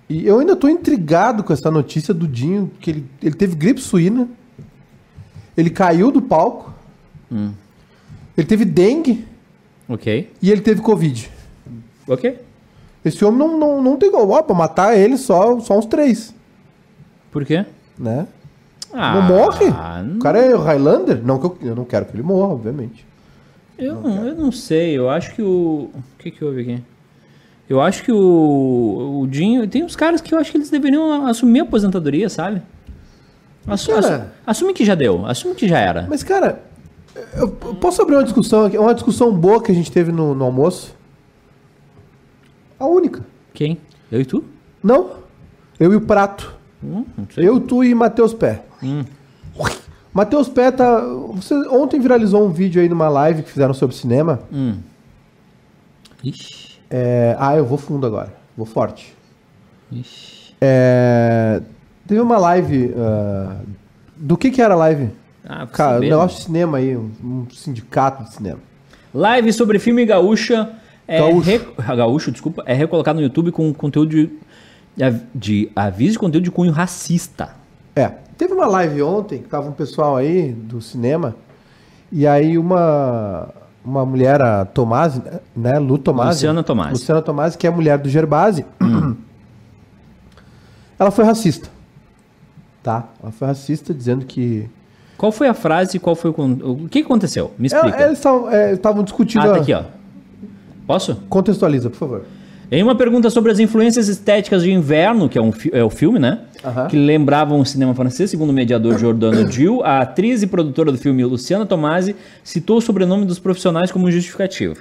Speaker 2: E eu ainda tô intrigado com essa notícia do Dinho, que ele, ele teve gripe suína. Ele caiu do palco.
Speaker 1: Hum.
Speaker 2: Ele teve dengue
Speaker 1: Ok.
Speaker 2: e ele teve covid.
Speaker 1: Ok.
Speaker 2: Esse homem não, não, não tem como, ó, pra matar ele só só uns três,
Speaker 1: Por quê?
Speaker 2: né?
Speaker 1: Ah,
Speaker 2: não morre?
Speaker 1: não-
Speaker 2: O cara é Highlander? Não, que eu, eu não quero que ele morra, obviamente.
Speaker 1: Eu não, eu não sei, eu acho que o. O que, que houve aqui? Eu acho que o. O Dinho. Tem uns caras que eu acho que eles deveriam a- assumir a aposentadoria, sabe? Assu,
Speaker 2: Cara-
Speaker 1: assu- assume que já deu, assume que já era.
Speaker 2: Mas, cara, eu eu posso abrir uma discussão aqui? Uma discussão boa que a gente teve no, no almoço? A única.
Speaker 1: Quem? Eu e tu?
Speaker 2: Não? Eu e o Prato.
Speaker 1: Hum, não sei.
Speaker 2: Eu, tu e Matheus Pé.
Speaker 1: Hum.
Speaker 2: Matheus Pé tá. Você, ontem viralizou um vídeo aí numa live que fizeram sobre cinema.
Speaker 1: Ixi,
Speaker 2: É, ah, eu vou fundo agora. Vou forte.
Speaker 1: ixi.
Speaker 2: É, teve uma live. ah, do que que era a live?
Speaker 1: Ah, vou
Speaker 2: Cara, um
Speaker 1: saber,
Speaker 2: negócio de cinema aí, um, um sindicato de cinema.
Speaker 1: né? Live sobre filme gaúcha. É
Speaker 2: Gaúcho.
Speaker 1: re- ah, gaúcho, desculpa. É recolocado no YouTube com conteúdo de, de av- de aviso de conteúdo de cunho racista.
Speaker 2: É, teve uma live ontem que tava um pessoal aí do cinema e aí uma uma mulher, a Tomasi, né, Lu Tomasi.
Speaker 1: Luciana Tomasi. Hum.
Speaker 2: Luciana Tomasi, que é a mulher do Gerbasi. Ela foi racista. Tá? Ela foi racista dizendo que
Speaker 1: Qual foi a frase e qual foi o. con- O que aconteceu? Me
Speaker 2: Ela-
Speaker 1: explica.
Speaker 2: eles estavam é, estavam discutindo
Speaker 1: Ah, tá
Speaker 2: a-
Speaker 1: aqui, ó. Posso?
Speaker 2: Contextualiza, por favor.
Speaker 1: Em uma pergunta sobre as influências estéticas de Inverno, que é, um fi- é o filme, né?
Speaker 2: Aham.
Speaker 1: Que lembravam o cinema francês, segundo o mediador Giordano Dill, a atriz e produtora do filme Luciana Tomasi citou o sobrenome dos profissionais como justificativo.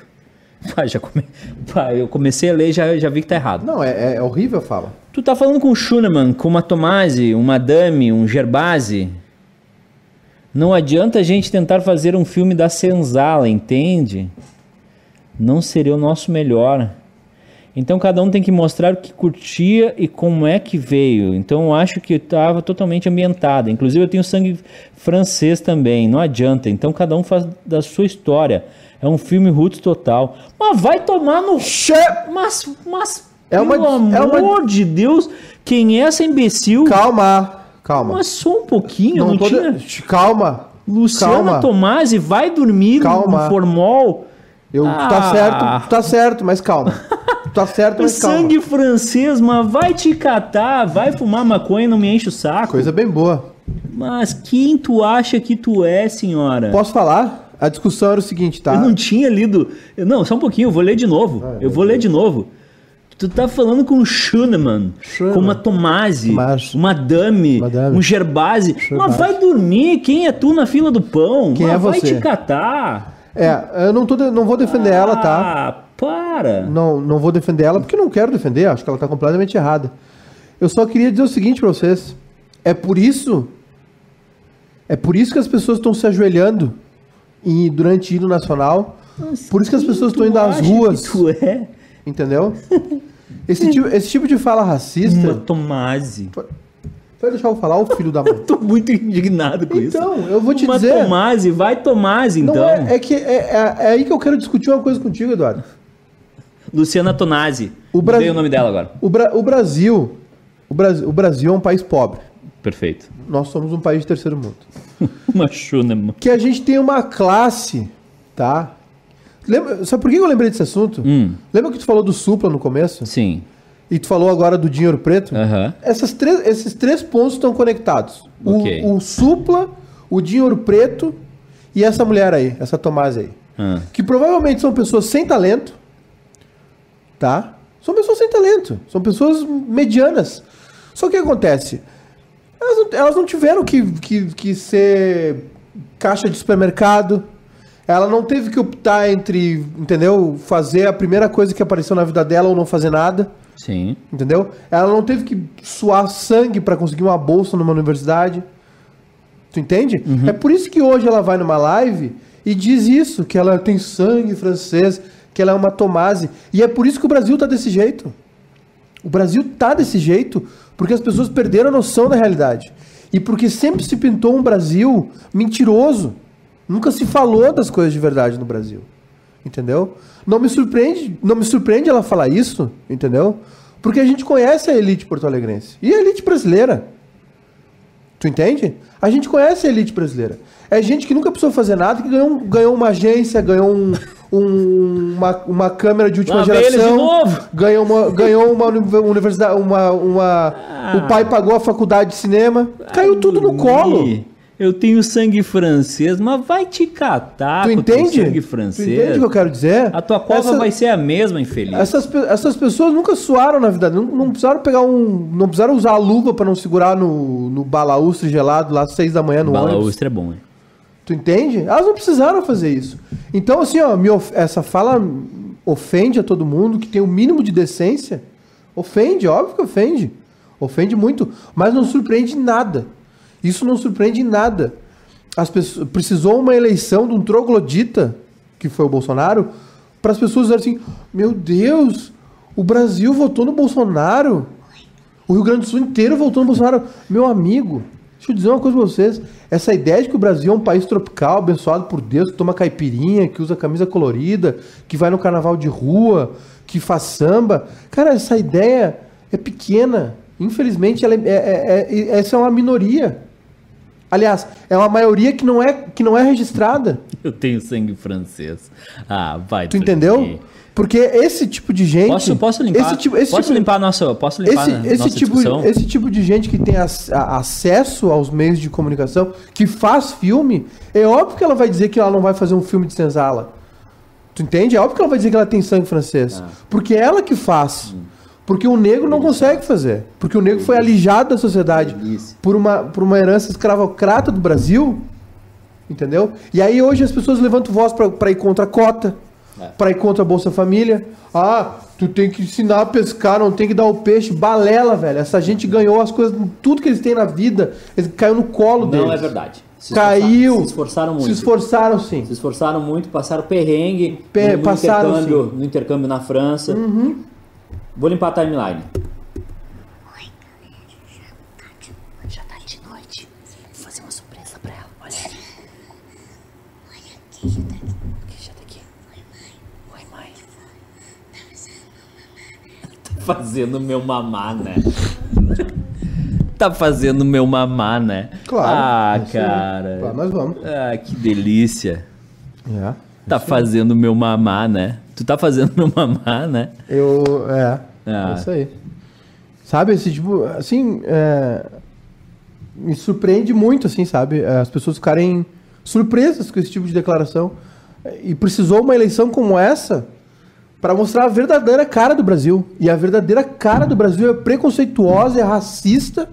Speaker 1: Pá, já come... Pá, eu comecei a ler já já vi que tá errado.
Speaker 2: Não, é, é- é horrível a fala.
Speaker 1: Tu tá falando com um Schunemann, com uma Tomasi, uma Dami, um Gerbasi. Não adianta a gente tentar fazer um filme da senzala, entende? Não seria o nosso melhor. Então cada um tem que mostrar o que curtia e como é que veio. Então eu acho que estava totalmente ambientada. Inclusive eu tenho sangue francês também, não adianta. Então cada um faz da sua história. É um filme roots total. Mas vai tomar no mas, mas,
Speaker 2: É uma-
Speaker 1: pelo
Speaker 2: é uma-
Speaker 1: amor de Deus, quem é essa imbecil?
Speaker 2: Calma, calma.
Speaker 1: Mas só um pouquinho, não,
Speaker 2: Não tô de-
Speaker 1: tinha.
Speaker 2: Calma.
Speaker 1: Luciana
Speaker 2: calma.
Speaker 1: Tomasi vai dormir no-
Speaker 2: Calma.
Speaker 1: no formol.
Speaker 2: Eu, tu
Speaker 1: Ah.
Speaker 2: Tá certo, tu tá certo, mas calma. Tu acerta,
Speaker 1: O
Speaker 2: mas calma.
Speaker 1: sangue francês, mas vai te catar, vai fumar maconha, não me enche o saco.
Speaker 2: Coisa bem boa.
Speaker 1: Mas quem tu acha que tu é, senhora?
Speaker 2: Posso falar? A discussão era o seguinte, tá?
Speaker 1: Eu não tinha lido. eu- Não, só um pouquinho, eu vou ler de novo.
Speaker 2: Ah,
Speaker 1: eu vou ler de novo. Tu tá falando com o Schunemann,
Speaker 2: Schunemann.
Speaker 1: com uma Tomasi,
Speaker 2: Tomás.
Speaker 1: uma Dami,
Speaker 2: Madame.
Speaker 1: um Gerbasi. Mas
Speaker 2: Gerbasi.
Speaker 1: vai dormir, quem é tu na fila do pão?
Speaker 2: Quem
Speaker 1: Mas
Speaker 2: é
Speaker 1: vai
Speaker 2: você?
Speaker 1: te catar.
Speaker 2: É, eu não, tô, de- não vou defender ela, tá?
Speaker 1: Ah, para.
Speaker 2: Não, não vou defender ela porque não quero defender, acho que ela tá completamente errada. Eu só queria dizer o seguinte pra vocês. É por isso é por isso que as pessoas estão se ajoelhando e durante o hino nacional.
Speaker 1: Mas
Speaker 2: por isso que as
Speaker 1: quem
Speaker 2: pessoas
Speaker 1: tu
Speaker 2: estão indo às
Speaker 1: acha que
Speaker 2: ruas.
Speaker 1: Tu é
Speaker 2: Entendeu? Esse tipo, esse tipo de fala
Speaker 1: uma
Speaker 2: racista.
Speaker 1: Tomasi.
Speaker 2: Vai deixar eu falar, o filho da mãe.
Speaker 1: Tô muito indignado com isso.
Speaker 2: Então, eu vou te
Speaker 1: uma
Speaker 2: dizer-
Speaker 1: Tomasi, vai Tomasi então.
Speaker 2: Não é, é que é, é- é aí que eu quero discutir uma coisa contigo, Eduardo.
Speaker 1: Luciana Tonazzi.
Speaker 2: O Brasil-
Speaker 1: Mudei o nome dela agora.
Speaker 2: O, Bra- o Brasil, o Brasil, o Brasil é um país pobre.
Speaker 1: Perfeito.
Speaker 2: Nós somos um país de terceiro mundo.
Speaker 1: Uma Schunemann.
Speaker 2: Que a gente tem uma classe, tá? Lembra, sabe por que eu lembrei desse assunto?
Speaker 1: Hum.
Speaker 2: Lembra que tu falou do Supla no começo?
Speaker 1: Sim.
Speaker 2: E tu falou agora do dinheiro preto?
Speaker 1: Aham.
Speaker 2: Essas três, esses três pontos estão conectados. O,
Speaker 1: Ok.
Speaker 2: o Supla, o Dinheiro Preto e essa mulher aí, essa Tomás aí.
Speaker 1: Ah.
Speaker 2: Que provavelmente são pessoas sem talento, tá? São pessoas sem talento, são pessoas medianas. Só que o que acontece? Elas não, elas não tiveram que, que, que ser caixa de supermercado. Ela não teve que optar entre, entendeu? Fazer a primeira coisa que apareceu na vida dela ou não fazer nada.
Speaker 1: Sim.
Speaker 2: Entendeu? Ela não teve que suar sangue pra conseguir uma bolsa numa universidade. Tu entende? É por isso que hoje ela vai numa live e diz isso, que ela tem sangue francês, que ela é uma tomase. E é por isso que o Brasil tá desse jeito. O Brasil tá desse jeito porque as pessoas perderam a noção da realidade. E porque sempre se pintou um Brasil mentiroso. Nunca se falou das coisas de verdade no Brasil. Entendeu? Não me surpreende, não me surpreende ela falar isso, entendeu? Porque a gente conhece a elite porto-alegrense e a elite brasileira. Tu entende? A gente conhece a elite brasileira. É gente que nunca precisou fazer nada, que ganhou, um- ganhou uma agência, ganhou um- um- uma, uma câmera de última
Speaker 1: Lá vem eles de
Speaker 2: geração.
Speaker 1: novo!
Speaker 2: Ganhou uma, ganhou uma uni- universidade, uma, uma
Speaker 1: Ah.
Speaker 2: o pai pagou a faculdade de cinema. Caiu tudo no colo.
Speaker 1: Ih, Eu tenho sangue francês, mas vai te catar
Speaker 2: Tu
Speaker 1: Ah, com teu
Speaker 2: entende?
Speaker 1: sangue
Speaker 2: Tu entende
Speaker 1: francês.
Speaker 2: o que eu quero dizer?
Speaker 1: A tua cova
Speaker 2: Essa-
Speaker 1: vai ser a mesma, infeliz.
Speaker 2: Essas, pe- essas pessoas nunca suaram na vida, não, não precisaram pegar um, não precisaram usar a luva pra não segurar no, no balaustre gelado lá às seis da manhã no
Speaker 1: Bala
Speaker 2: ônibus.
Speaker 1: Ustra é bom, hein?
Speaker 2: Tu entende? Elas não precisaram fazer isso. Então, assim, ó, me of- essa fala ofende a todo mundo que tem o mínimo de decência. Ofende, óbvio que ofende. Ofende muito, mas não surpreende em nada. Isso não surpreende em nada. As pessoas, precisou uma eleição de um troglodita, que foi o Bolsonaro, para as pessoas dizerem assim: meu Deus, o Brasil votou no Bolsonaro. O Rio Grande do Sul inteiro voltou no Bolsonaro. Meu amigo, deixa eu dizer uma coisa pra vocês. Essa ideia de que o Brasil é um país tropical, abençoado por Deus, que toma caipirinha, que usa camisa colorida, que vai no carnaval de rua, que faz samba. Cara, essa ideia é pequena. Infelizmente, ela é- é- é- é- essa é uma minoria. Aliás, é uma maioria que não é, que não é registrada.
Speaker 1: Eu tenho sangue francês. Ah, vai.
Speaker 2: Tu entendeu? Porque esse tipo de gente.
Speaker 1: Posso, posso limpar?
Speaker 2: Esse tipo, esse
Speaker 1: posso
Speaker 2: tipo-
Speaker 1: limpar a nossa. Posso limpar
Speaker 2: esse,
Speaker 1: a
Speaker 2: esse
Speaker 1: nossa
Speaker 2: tipo,
Speaker 1: discussão?
Speaker 2: esse tipo de gente que tem ac- a- acesso aos meios de comunicação, que faz filme, é óbvio que ela vai dizer que ela não vai fazer um filme de senzala. Tu entende? É óbvio que ela vai dizer que ela tem sangue
Speaker 1: Ah.
Speaker 2: francês. Porque é ela que
Speaker 1: Hum.
Speaker 2: faz. Porque o negro não consegue fazer. Porque o negro foi alijado da sociedade
Speaker 1: Delícia.
Speaker 2: por uma, por uma herança escravocrata do Brasil. Entendeu? E aí hoje as pessoas levantam voz pra- pra ir contra a cota, pra ir contra a Bolsa Família. Ah, tu tem que ensinar a pescar, não tem que dar o peixe. Balela, velho. Essa gente ganhou as coisas, tudo que eles têm na vida, eles caiu no colo deles.
Speaker 4: Não é verdade. Se
Speaker 2: Caiu.
Speaker 4: esforçaram- Se esforçaram muito.
Speaker 2: Se esforçaram sim.
Speaker 4: Se esforçaram muito, passaram perrengue
Speaker 2: Pe- passaram, Uhum.
Speaker 4: intercâmbio, no intercâmbio na França. Vou limpar a timeline.
Speaker 5: Já tá de noite. Vou fazer uma surpresa pra ela. Olha aqui. Olha aqui, já tá aqui. já tá aqui. Oi, mãe. Oi, mãe.
Speaker 1: fazendo meu mamá, né? tá fazendo meu mamá, né?
Speaker 2: Claro. É
Speaker 1: Ah,
Speaker 2: Isso aí.
Speaker 1: cara.
Speaker 2: Claro, mas vamos.
Speaker 1: Ah, que delícia.
Speaker 2: É.
Speaker 1: Tá fazendo meu mamá, né? Tu tá fazendo meu mamá, né?
Speaker 2: Eu. É.
Speaker 1: Ah.
Speaker 2: É isso aí. Sabe, esse tipo, assim. é, me surpreende muito, assim, sabe? As pessoas ficarem surpresas com esse tipo de declaração. E precisou uma eleição como essa para mostrar a verdadeira cara do Brasil. E a verdadeira cara do Brasil é preconceituosa, é racista.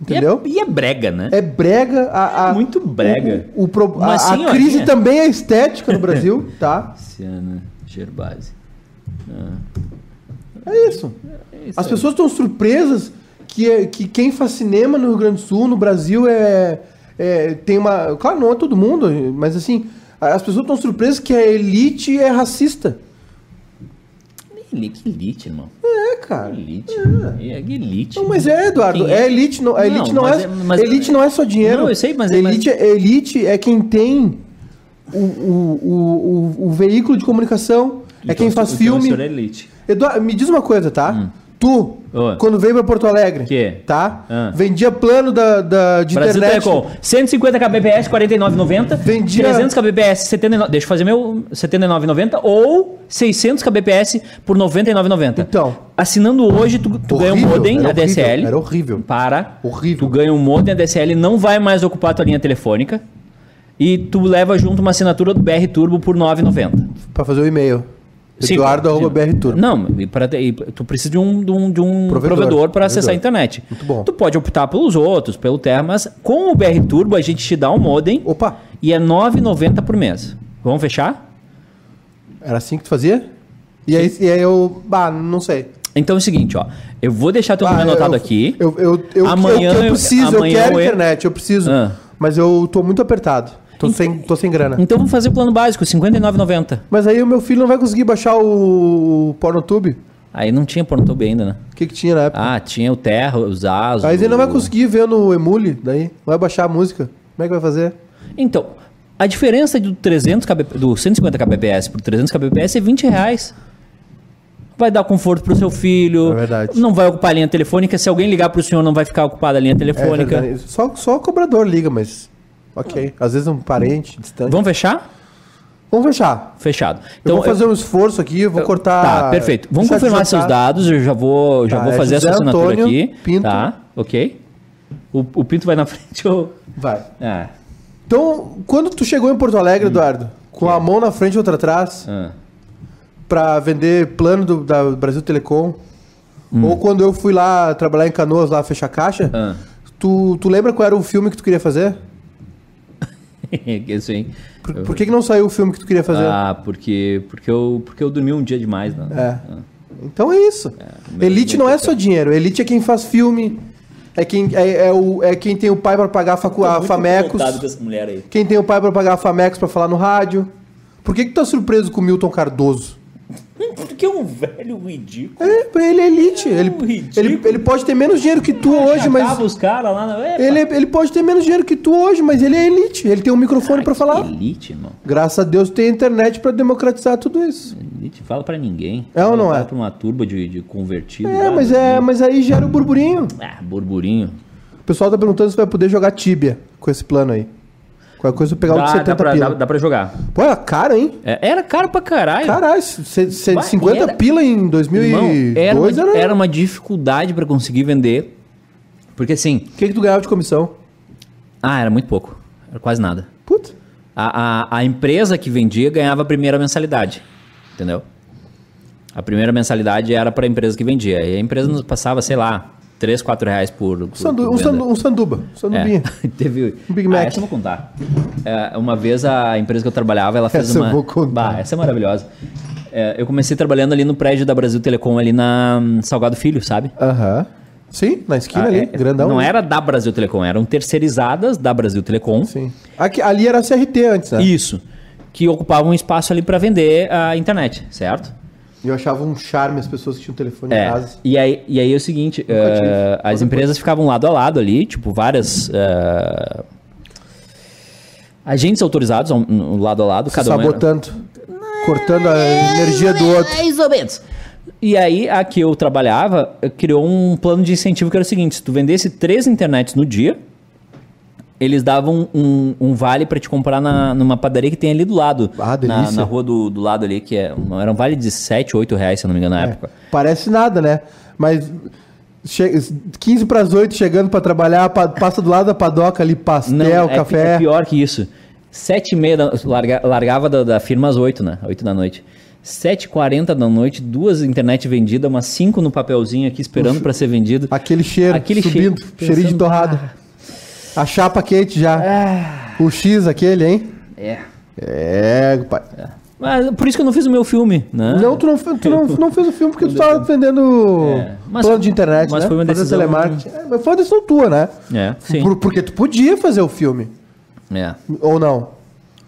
Speaker 2: Entendeu?
Speaker 1: E é, e é brega, né?
Speaker 2: É brega. A, a-
Speaker 1: Muito brega.
Speaker 2: O, o pro-
Speaker 1: Uma
Speaker 2: a- a,
Speaker 1: senhorinha.
Speaker 2: crise também é estética no Brasil, tá?
Speaker 1: Luciana Gerbasi.
Speaker 2: É isso. As pessoas estão surpresas que, é, que quem faz cinema no Rio Grande do Sul, no Brasil, é, é- tem uma. Claro, não é todo mundo, mas assim, as pessoas estão surpresas que a elite é racista.
Speaker 1: Elite, elite, irmão.
Speaker 2: É, cara.
Speaker 1: Elite. É, elite.
Speaker 2: Não, mas é, Eduardo,
Speaker 1: Quem
Speaker 2: é elite, não, a
Speaker 1: Não,
Speaker 2: elite não,
Speaker 1: mas
Speaker 2: é,
Speaker 1: é- mas-
Speaker 2: elite não é só dinheiro.
Speaker 1: Não, eu sei, mas-
Speaker 2: elite, elite é quem tem o, o, o, o- o veículo de comunicação, é
Speaker 1: Então,
Speaker 2: quem faz
Speaker 1: então,
Speaker 2: filme.
Speaker 1: isso era elite.
Speaker 2: Eduardo, me diz uma coisa, tá? Tu,
Speaker 1: Hum. Oi.
Speaker 2: quando veio pra Porto Alegre,
Speaker 1: Quê?
Speaker 2: tá?
Speaker 1: Ah.
Speaker 2: Vendia plano da, da, de
Speaker 1: Brasil
Speaker 2: internet.
Speaker 1: Telecom, 150 kbps, 49,90.
Speaker 2: Vendia-
Speaker 1: 300 kbps, 79... Deixa eu fazer meu 79,90. Ou 600 kbps por 99,90.
Speaker 2: Então.
Speaker 1: Assinando hoje, tu, tu ganha um
Speaker 2: Horrível,
Speaker 1: modem
Speaker 2: era horrível,
Speaker 1: ADSL.
Speaker 2: era horrível.
Speaker 1: Para. Tu
Speaker 2: Horrível.
Speaker 1: ganha um modem ADSL, não vai mais ocupar tua linha telefônica. E tu leva junto uma assinatura do BR Turbo por 9,90.
Speaker 2: Pra fazer o e-mail.
Speaker 1: Sim,
Speaker 2: Eduardo.brturbo.
Speaker 1: Não, e pra ter- e tu precisa de um, de um, de um
Speaker 2: Provedor,
Speaker 1: provedor, para acessar a
Speaker 2: provedor.
Speaker 1: internet.
Speaker 2: Muito bom.
Speaker 1: Tu pode optar pelos outros, pelo Terra, mas com o BR Turbo a gente te dá um modem
Speaker 2: Opa,
Speaker 1: e é R$ 9,90 por mês. Vamos fechar?
Speaker 2: era assim que tu fazia? E aí, e aí eu. Bah, não sei.
Speaker 1: Então é o seguinte, ó. Eu vou deixar teu
Speaker 2: Bah,
Speaker 1: nome
Speaker 2: eu-
Speaker 1: anotado
Speaker 2: eu-
Speaker 1: aqui.
Speaker 2: Eu, eu, eu,
Speaker 1: Amanhã
Speaker 2: eu, eu
Speaker 1: eu-
Speaker 2: preciso, eu
Speaker 1: amanhã
Speaker 2: quero
Speaker 1: eu-
Speaker 2: internet, eu preciso.
Speaker 1: Ah.
Speaker 2: Mas eu tô muito apertado. Tô, sem, tô sem grana.
Speaker 1: Então vamos fazer o plano básico, R$ 59,90.
Speaker 2: Mas aí o meu filho não vai conseguir baixar o PornoTube.
Speaker 1: Aí não tinha pornotube ainda, né?
Speaker 2: O que, que tinha na época?
Speaker 1: Ah, tinha o Terra, os Asos.
Speaker 2: Mas ele não vai conseguir ver no Emule, daí. Não vai baixar a música. Como é que vai fazer?
Speaker 1: Então, a diferença do 300 kb, do 150 kbps pro 300 kbps é 20 reais. Vai dar conforto pro seu filho.
Speaker 2: É verdade.
Speaker 1: Não vai ocupar a linha telefônica. Se alguém ligar pro senhor, não vai ficar ocupada a linha
Speaker 2: É
Speaker 1: telefônica.
Speaker 2: verdade. só, só o cobrador liga, mas. Ok. Às vezes um parente distante.
Speaker 1: Vamos fechar?
Speaker 2: Vamos fechar.
Speaker 1: Fechado. Então,
Speaker 2: eu vou fazer um esforço aqui, eu vou cortar. tá?
Speaker 1: Tá, perfeito. Vamos
Speaker 2: deixar de
Speaker 1: confirmar
Speaker 2: jantar.
Speaker 1: seus dados. Eu já vou, já
Speaker 2: é Tá,
Speaker 1: vou
Speaker 2: é
Speaker 1: fazer
Speaker 2: José
Speaker 1: essa assinatura
Speaker 2: Antônio
Speaker 1: aqui.
Speaker 2: Pinto.
Speaker 1: Tá, ok. O, o Pinto vai na frente. Eu...
Speaker 2: Vai.
Speaker 1: Ah,
Speaker 2: Então, quando tu chegou em Porto Alegre, Eduardo, com a mão na frente e outra atrás,
Speaker 1: Hum. ah.
Speaker 2: pra vender plano do, da Brasil Telecom, ou quando eu fui lá trabalhar em Canoas, lá fechar caixa,
Speaker 1: Hum. Ah.
Speaker 2: tu, tu lembra qual era o filme que tu queria fazer?
Speaker 1: Isso aí.
Speaker 2: Por, por que, que não saiu o filme que tu queria fazer?
Speaker 1: Ah, porque, porque, eu, porque eu dormi um dia demais. Né?
Speaker 2: É. Então é isso. elite não é só dinheiro. Elite é quem faz filme. É quem, é, é o, é quem tem o pai pra pagar a, facu, a Famecos.
Speaker 1: mulher aí.
Speaker 2: Quem tem o pai pra pagar a Famecos pra falar no rádio. Por que que tu tá surpreso com o Milton Cardoso?
Speaker 1: Porque é um velho ridículo.
Speaker 2: É, pra ele é elite.
Speaker 1: É um
Speaker 2: ele,
Speaker 1: ridículo. Ah,
Speaker 2: ele, ele pode ter menos dinheiro que tu hoje, mas...
Speaker 1: Acaba os caras lá na... Epa,
Speaker 2: Ele, é- ele pode ter menos dinheiro que tu hoje, mas ele é elite. Ele tem um microfone
Speaker 1: Ah,
Speaker 2: pra falar.
Speaker 1: Elite, irmão.
Speaker 2: Graças a Deus tem a internet pra democratizar tudo isso.
Speaker 1: Elite fala pra ninguém.
Speaker 2: É ou não
Speaker 1: Fala
Speaker 2: é?
Speaker 1: pra uma turba de, de convertido.
Speaker 2: É,
Speaker 1: lá, né?
Speaker 2: mas, é, mas aí gera o burburinho.
Speaker 1: Ah, burburinho.
Speaker 2: O pessoal tá perguntando se vai poder jogar Tibia com esse plano aí. Qualquer coisa eu pegar o de
Speaker 1: Dá, dá,
Speaker 2: 70
Speaker 1: pra,
Speaker 2: pila.
Speaker 1: dá, dá pra jogar.
Speaker 2: Pô, era caro, hein?
Speaker 1: É, era caro pra caralho.
Speaker 2: Caralho, se- se-
Speaker 1: Vai,
Speaker 2: 50
Speaker 1: era-
Speaker 2: pila em
Speaker 1: Irmão,
Speaker 2: 2002
Speaker 1: era, uma,
Speaker 2: era...
Speaker 1: era uma dificuldade pra conseguir vender. Porque assim...
Speaker 2: O que que tu ganhava de comissão?
Speaker 1: Ah, era muito pouco. Era quase nada.
Speaker 2: Puta.
Speaker 1: A, a, a empresa que vendia ganhava a primeira mensalidade, entendeu? A primeira mensalidade era para a empresa que vendia. E a empresa nos passava, sei lá, 3, 4 reais por. por,
Speaker 2: Sandu-
Speaker 1: por
Speaker 2: um,
Speaker 1: venda.
Speaker 2: sandu- um sanduba. Um sandubinha.
Speaker 1: É, teve.
Speaker 2: Um Big Mac.
Speaker 1: Ah, essa eu vou contar. É, uma vez a empresa que eu trabalhava, ela fez
Speaker 2: Essa eu
Speaker 1: uma.
Speaker 2: vou contar.
Speaker 1: Bah, essa é maravilhosa. É, eu comecei trabalhando ali no prédio da Brasil Telecom, ali na hum, Salgado Filho, sabe?
Speaker 2: Aham. Sim, na esquina ali,
Speaker 1: É,
Speaker 2: grandão. né?
Speaker 1: Não era da Brasil Telecom, eram terceirizadas da Brasil Telecom.
Speaker 2: Sim. Aqui, ali era CRT antes, né?
Speaker 1: Isso. Que ocupava um espaço ali para vender a internet, certo?
Speaker 2: E eu achava um charme as pessoas que tinham telefone em
Speaker 1: É.
Speaker 2: casa.
Speaker 1: E aí, e aí é o seguinte, eh,
Speaker 2: tive. Só depois.
Speaker 1: as empresas ficavam lado a lado ali, tipo, várias. eh, agentes autorizados ao- no- lado a lado,
Speaker 2: Se
Speaker 1: cada um. era-
Speaker 2: sabotando. Cortando a energia do outro.
Speaker 1: Mais ou menos. E aí, a que eu trabalhava eh, criou um plano de incentivo que era o seguinte: se tu vendesse três internets no dia, eles davam um, um vale pra te comprar na, numa padaria que tem ali do lado.
Speaker 2: Ah, delícia.
Speaker 1: na, na rua do, do lado ali, que é, era um vale de 7, 8 reais, se eu não me engano,
Speaker 2: É.
Speaker 1: na época.
Speaker 2: Parece nada, né? Mas che- 15 para as 8 chegando para trabalhar, pa- passa do lado da padoca ali,
Speaker 1: Não,
Speaker 2: pastel,
Speaker 1: é,
Speaker 2: café.
Speaker 1: é pior que isso. Sete e meia, da, larga- largava da, da firma às oito, né? Oito da noite. Sete e quarenta da noite, duas internet vendidas, umas cinco no papelzinho aqui esperando pra ser vendido.
Speaker 2: Aquele cheiro
Speaker 1: Aquele cheiro.
Speaker 2: subindo, cheirinho de
Speaker 1: Pensando, "Ah."
Speaker 2: torrada. A chapa quente já. O X aquele, hein?
Speaker 1: É.
Speaker 2: É, pai.
Speaker 1: Mas por isso que eu não fiz o meu filme, né?
Speaker 2: Não, tu não, fe- tu não, não fez o filme porque tu tava vendendo
Speaker 1: É, mas-
Speaker 2: plano de internet,
Speaker 1: mas
Speaker 2: né?
Speaker 1: foi uma
Speaker 2: Fazendo
Speaker 1: decisão-
Speaker 2: telemarketing. É, mas foi uma decisão tua, né?
Speaker 1: É, sim.
Speaker 2: Por- porque tu podia fazer o filme,
Speaker 1: É.
Speaker 2: ou não?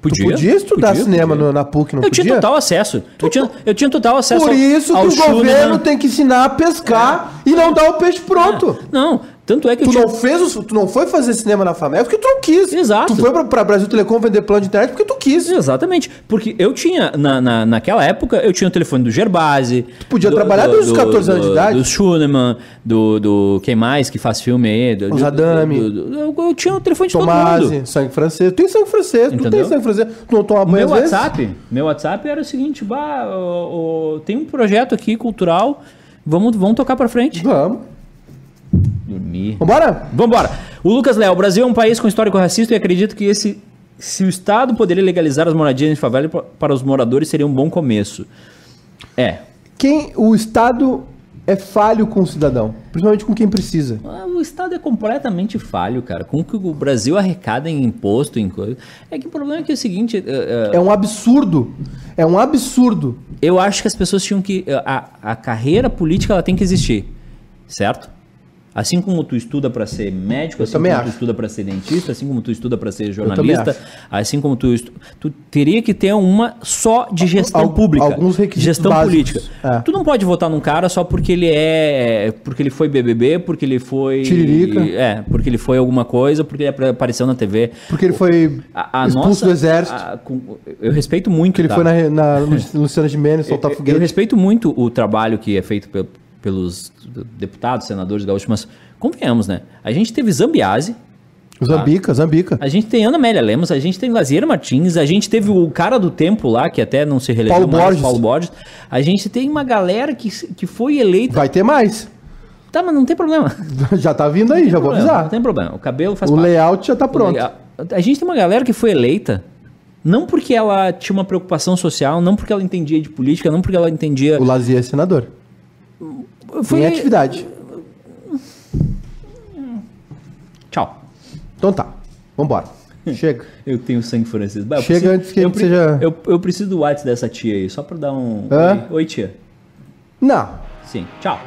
Speaker 2: Tu podia estudar
Speaker 1: Podia,
Speaker 2: cinema
Speaker 1: podia.
Speaker 2: no- na PUC, não
Speaker 1: Eu
Speaker 2: podia?
Speaker 1: tinha total acesso. Eu tinha, eu tinha total acesso
Speaker 2: Por
Speaker 1: ao-
Speaker 2: isso que
Speaker 1: ao né? É.
Speaker 2: o
Speaker 1: Schumann.
Speaker 2: governo tem que ensinar a pescar e não dar o peixe pronto.
Speaker 1: Não, tanto é que eu
Speaker 2: Tu
Speaker 1: tinha...
Speaker 2: não, fez o, tu não foi fazer cinema na FAMEL porque tu não quis.
Speaker 1: Exato.
Speaker 2: Tu foi pra, pra Brasil Telecom vender plano de internet porque tu quis.
Speaker 1: Exatamente, porque eu tinha, na, na, naquela época, eu tinha o telefone do Gerbasi. Tu
Speaker 2: podia trabalhar desde os 14 anos de idade.
Speaker 1: Do Schunemann, do, do quem mais que faz filme aí. Do,
Speaker 2: Os
Speaker 1: do-
Speaker 2: Adame.
Speaker 1: do- do- eu, eu tinha o telefone de todo mundo.
Speaker 2: Tomase, sangue francês. Tu tem sangue francês, tu tem
Speaker 1: Entendeu?
Speaker 2: sangue francês. Tu não toma
Speaker 1: O
Speaker 2: banho
Speaker 1: meu
Speaker 2: às vezes?
Speaker 1: WhatsApp, meu WhatsApp era o seguinte, bah, ô, ô, tem um projeto aqui cultural, vamos, vamos tocar pra frente.
Speaker 2: Vamos.
Speaker 1: Dormir.
Speaker 2: Vambora?
Speaker 1: Vambora. O Lucas Léo, o Brasil é um país com histórico racista e acredito que esse, se o Estado poderia legalizar as moradias de favela pa- para os moradores seria um bom começo. É.
Speaker 2: Quem, o Estado é falho com o cidadão, principalmente com quem precisa.
Speaker 1: Ah, O Estado é completamente falho, cara. Com o que o Brasil arrecada em imposto, em coisa. É que o problema é que é o seguinte, é, é,
Speaker 2: É um absurdo. É um absurdo.
Speaker 1: eu acho que as pessoas tinham que. A, a carreira política ela tem que existir, certo? Assim como tu estuda pra ser médico, assim
Speaker 2: também
Speaker 1: como tu
Speaker 2: acho.
Speaker 1: estuda pra ser dentista, assim como tu estuda pra ser jornalista,
Speaker 2: acho.
Speaker 1: assim como tu estu... tu teria que ter uma só de gestão
Speaker 2: Al-
Speaker 1: pública,
Speaker 2: alguns requisitos
Speaker 1: gestão
Speaker 2: básicos.
Speaker 1: política.
Speaker 2: É.
Speaker 1: Tu não pode votar num cara só porque ele é, porque ele foi BBB, porque ele foi
Speaker 2: Tiririca.
Speaker 1: é, porque ele foi alguma coisa, porque ele apareceu na TV.
Speaker 2: Porque ele foi
Speaker 1: A- a
Speaker 2: expulso
Speaker 1: nossa-
Speaker 2: do exército.
Speaker 1: a- com- eu respeito muito
Speaker 2: que ele
Speaker 1: tá?
Speaker 2: foi na, na Lu- Luciana Gimenez soltar
Speaker 1: Eu
Speaker 2: foguete.
Speaker 1: respeito muito o trabalho que é feito pe- pelos deputados, senadores gaúchos, mas convenhamos, né? A gente teve Zambiase,
Speaker 2: Zambica, Zambica.
Speaker 1: a gente tem Ana Amélia Lemos, a gente tem Lazier Martins, a gente teve o cara do tempo lá, que até não se reelegeu
Speaker 2: Paulo
Speaker 1: mais,
Speaker 2: Borges.
Speaker 1: Paulo Borges. A gente tem uma galera que, se- que foi eleita.
Speaker 2: Vai ter mais.
Speaker 1: Tá, mas não tem problema.
Speaker 2: Já tá vindo aí, já vou
Speaker 1: Problema, Não
Speaker 2: avisar.
Speaker 1: tem problema. O cabelo faz
Speaker 2: O
Speaker 1: parte.
Speaker 2: layout já tá pronto.
Speaker 1: A, a gente tem uma galera que foi eleita não porque ela tinha uma preocupação social, não porque ela entendia de política, não porque ela entendia.
Speaker 2: O Lazier é senador.
Speaker 1: Foi-
Speaker 2: Em atividade.
Speaker 1: Tchau.
Speaker 2: Então tá. Vambora.
Speaker 1: Hum.
Speaker 2: Chega.
Speaker 1: Eu tenho sangue francês. Bah, eu
Speaker 2: Chega antes que
Speaker 1: eu
Speaker 2: ele seja-
Speaker 1: Eu, eu preciso do WhatsApp dessa tia aí, só pra dar um.
Speaker 2: Hã?
Speaker 1: Oi, tia.
Speaker 2: Não.
Speaker 1: Sim. Tchau.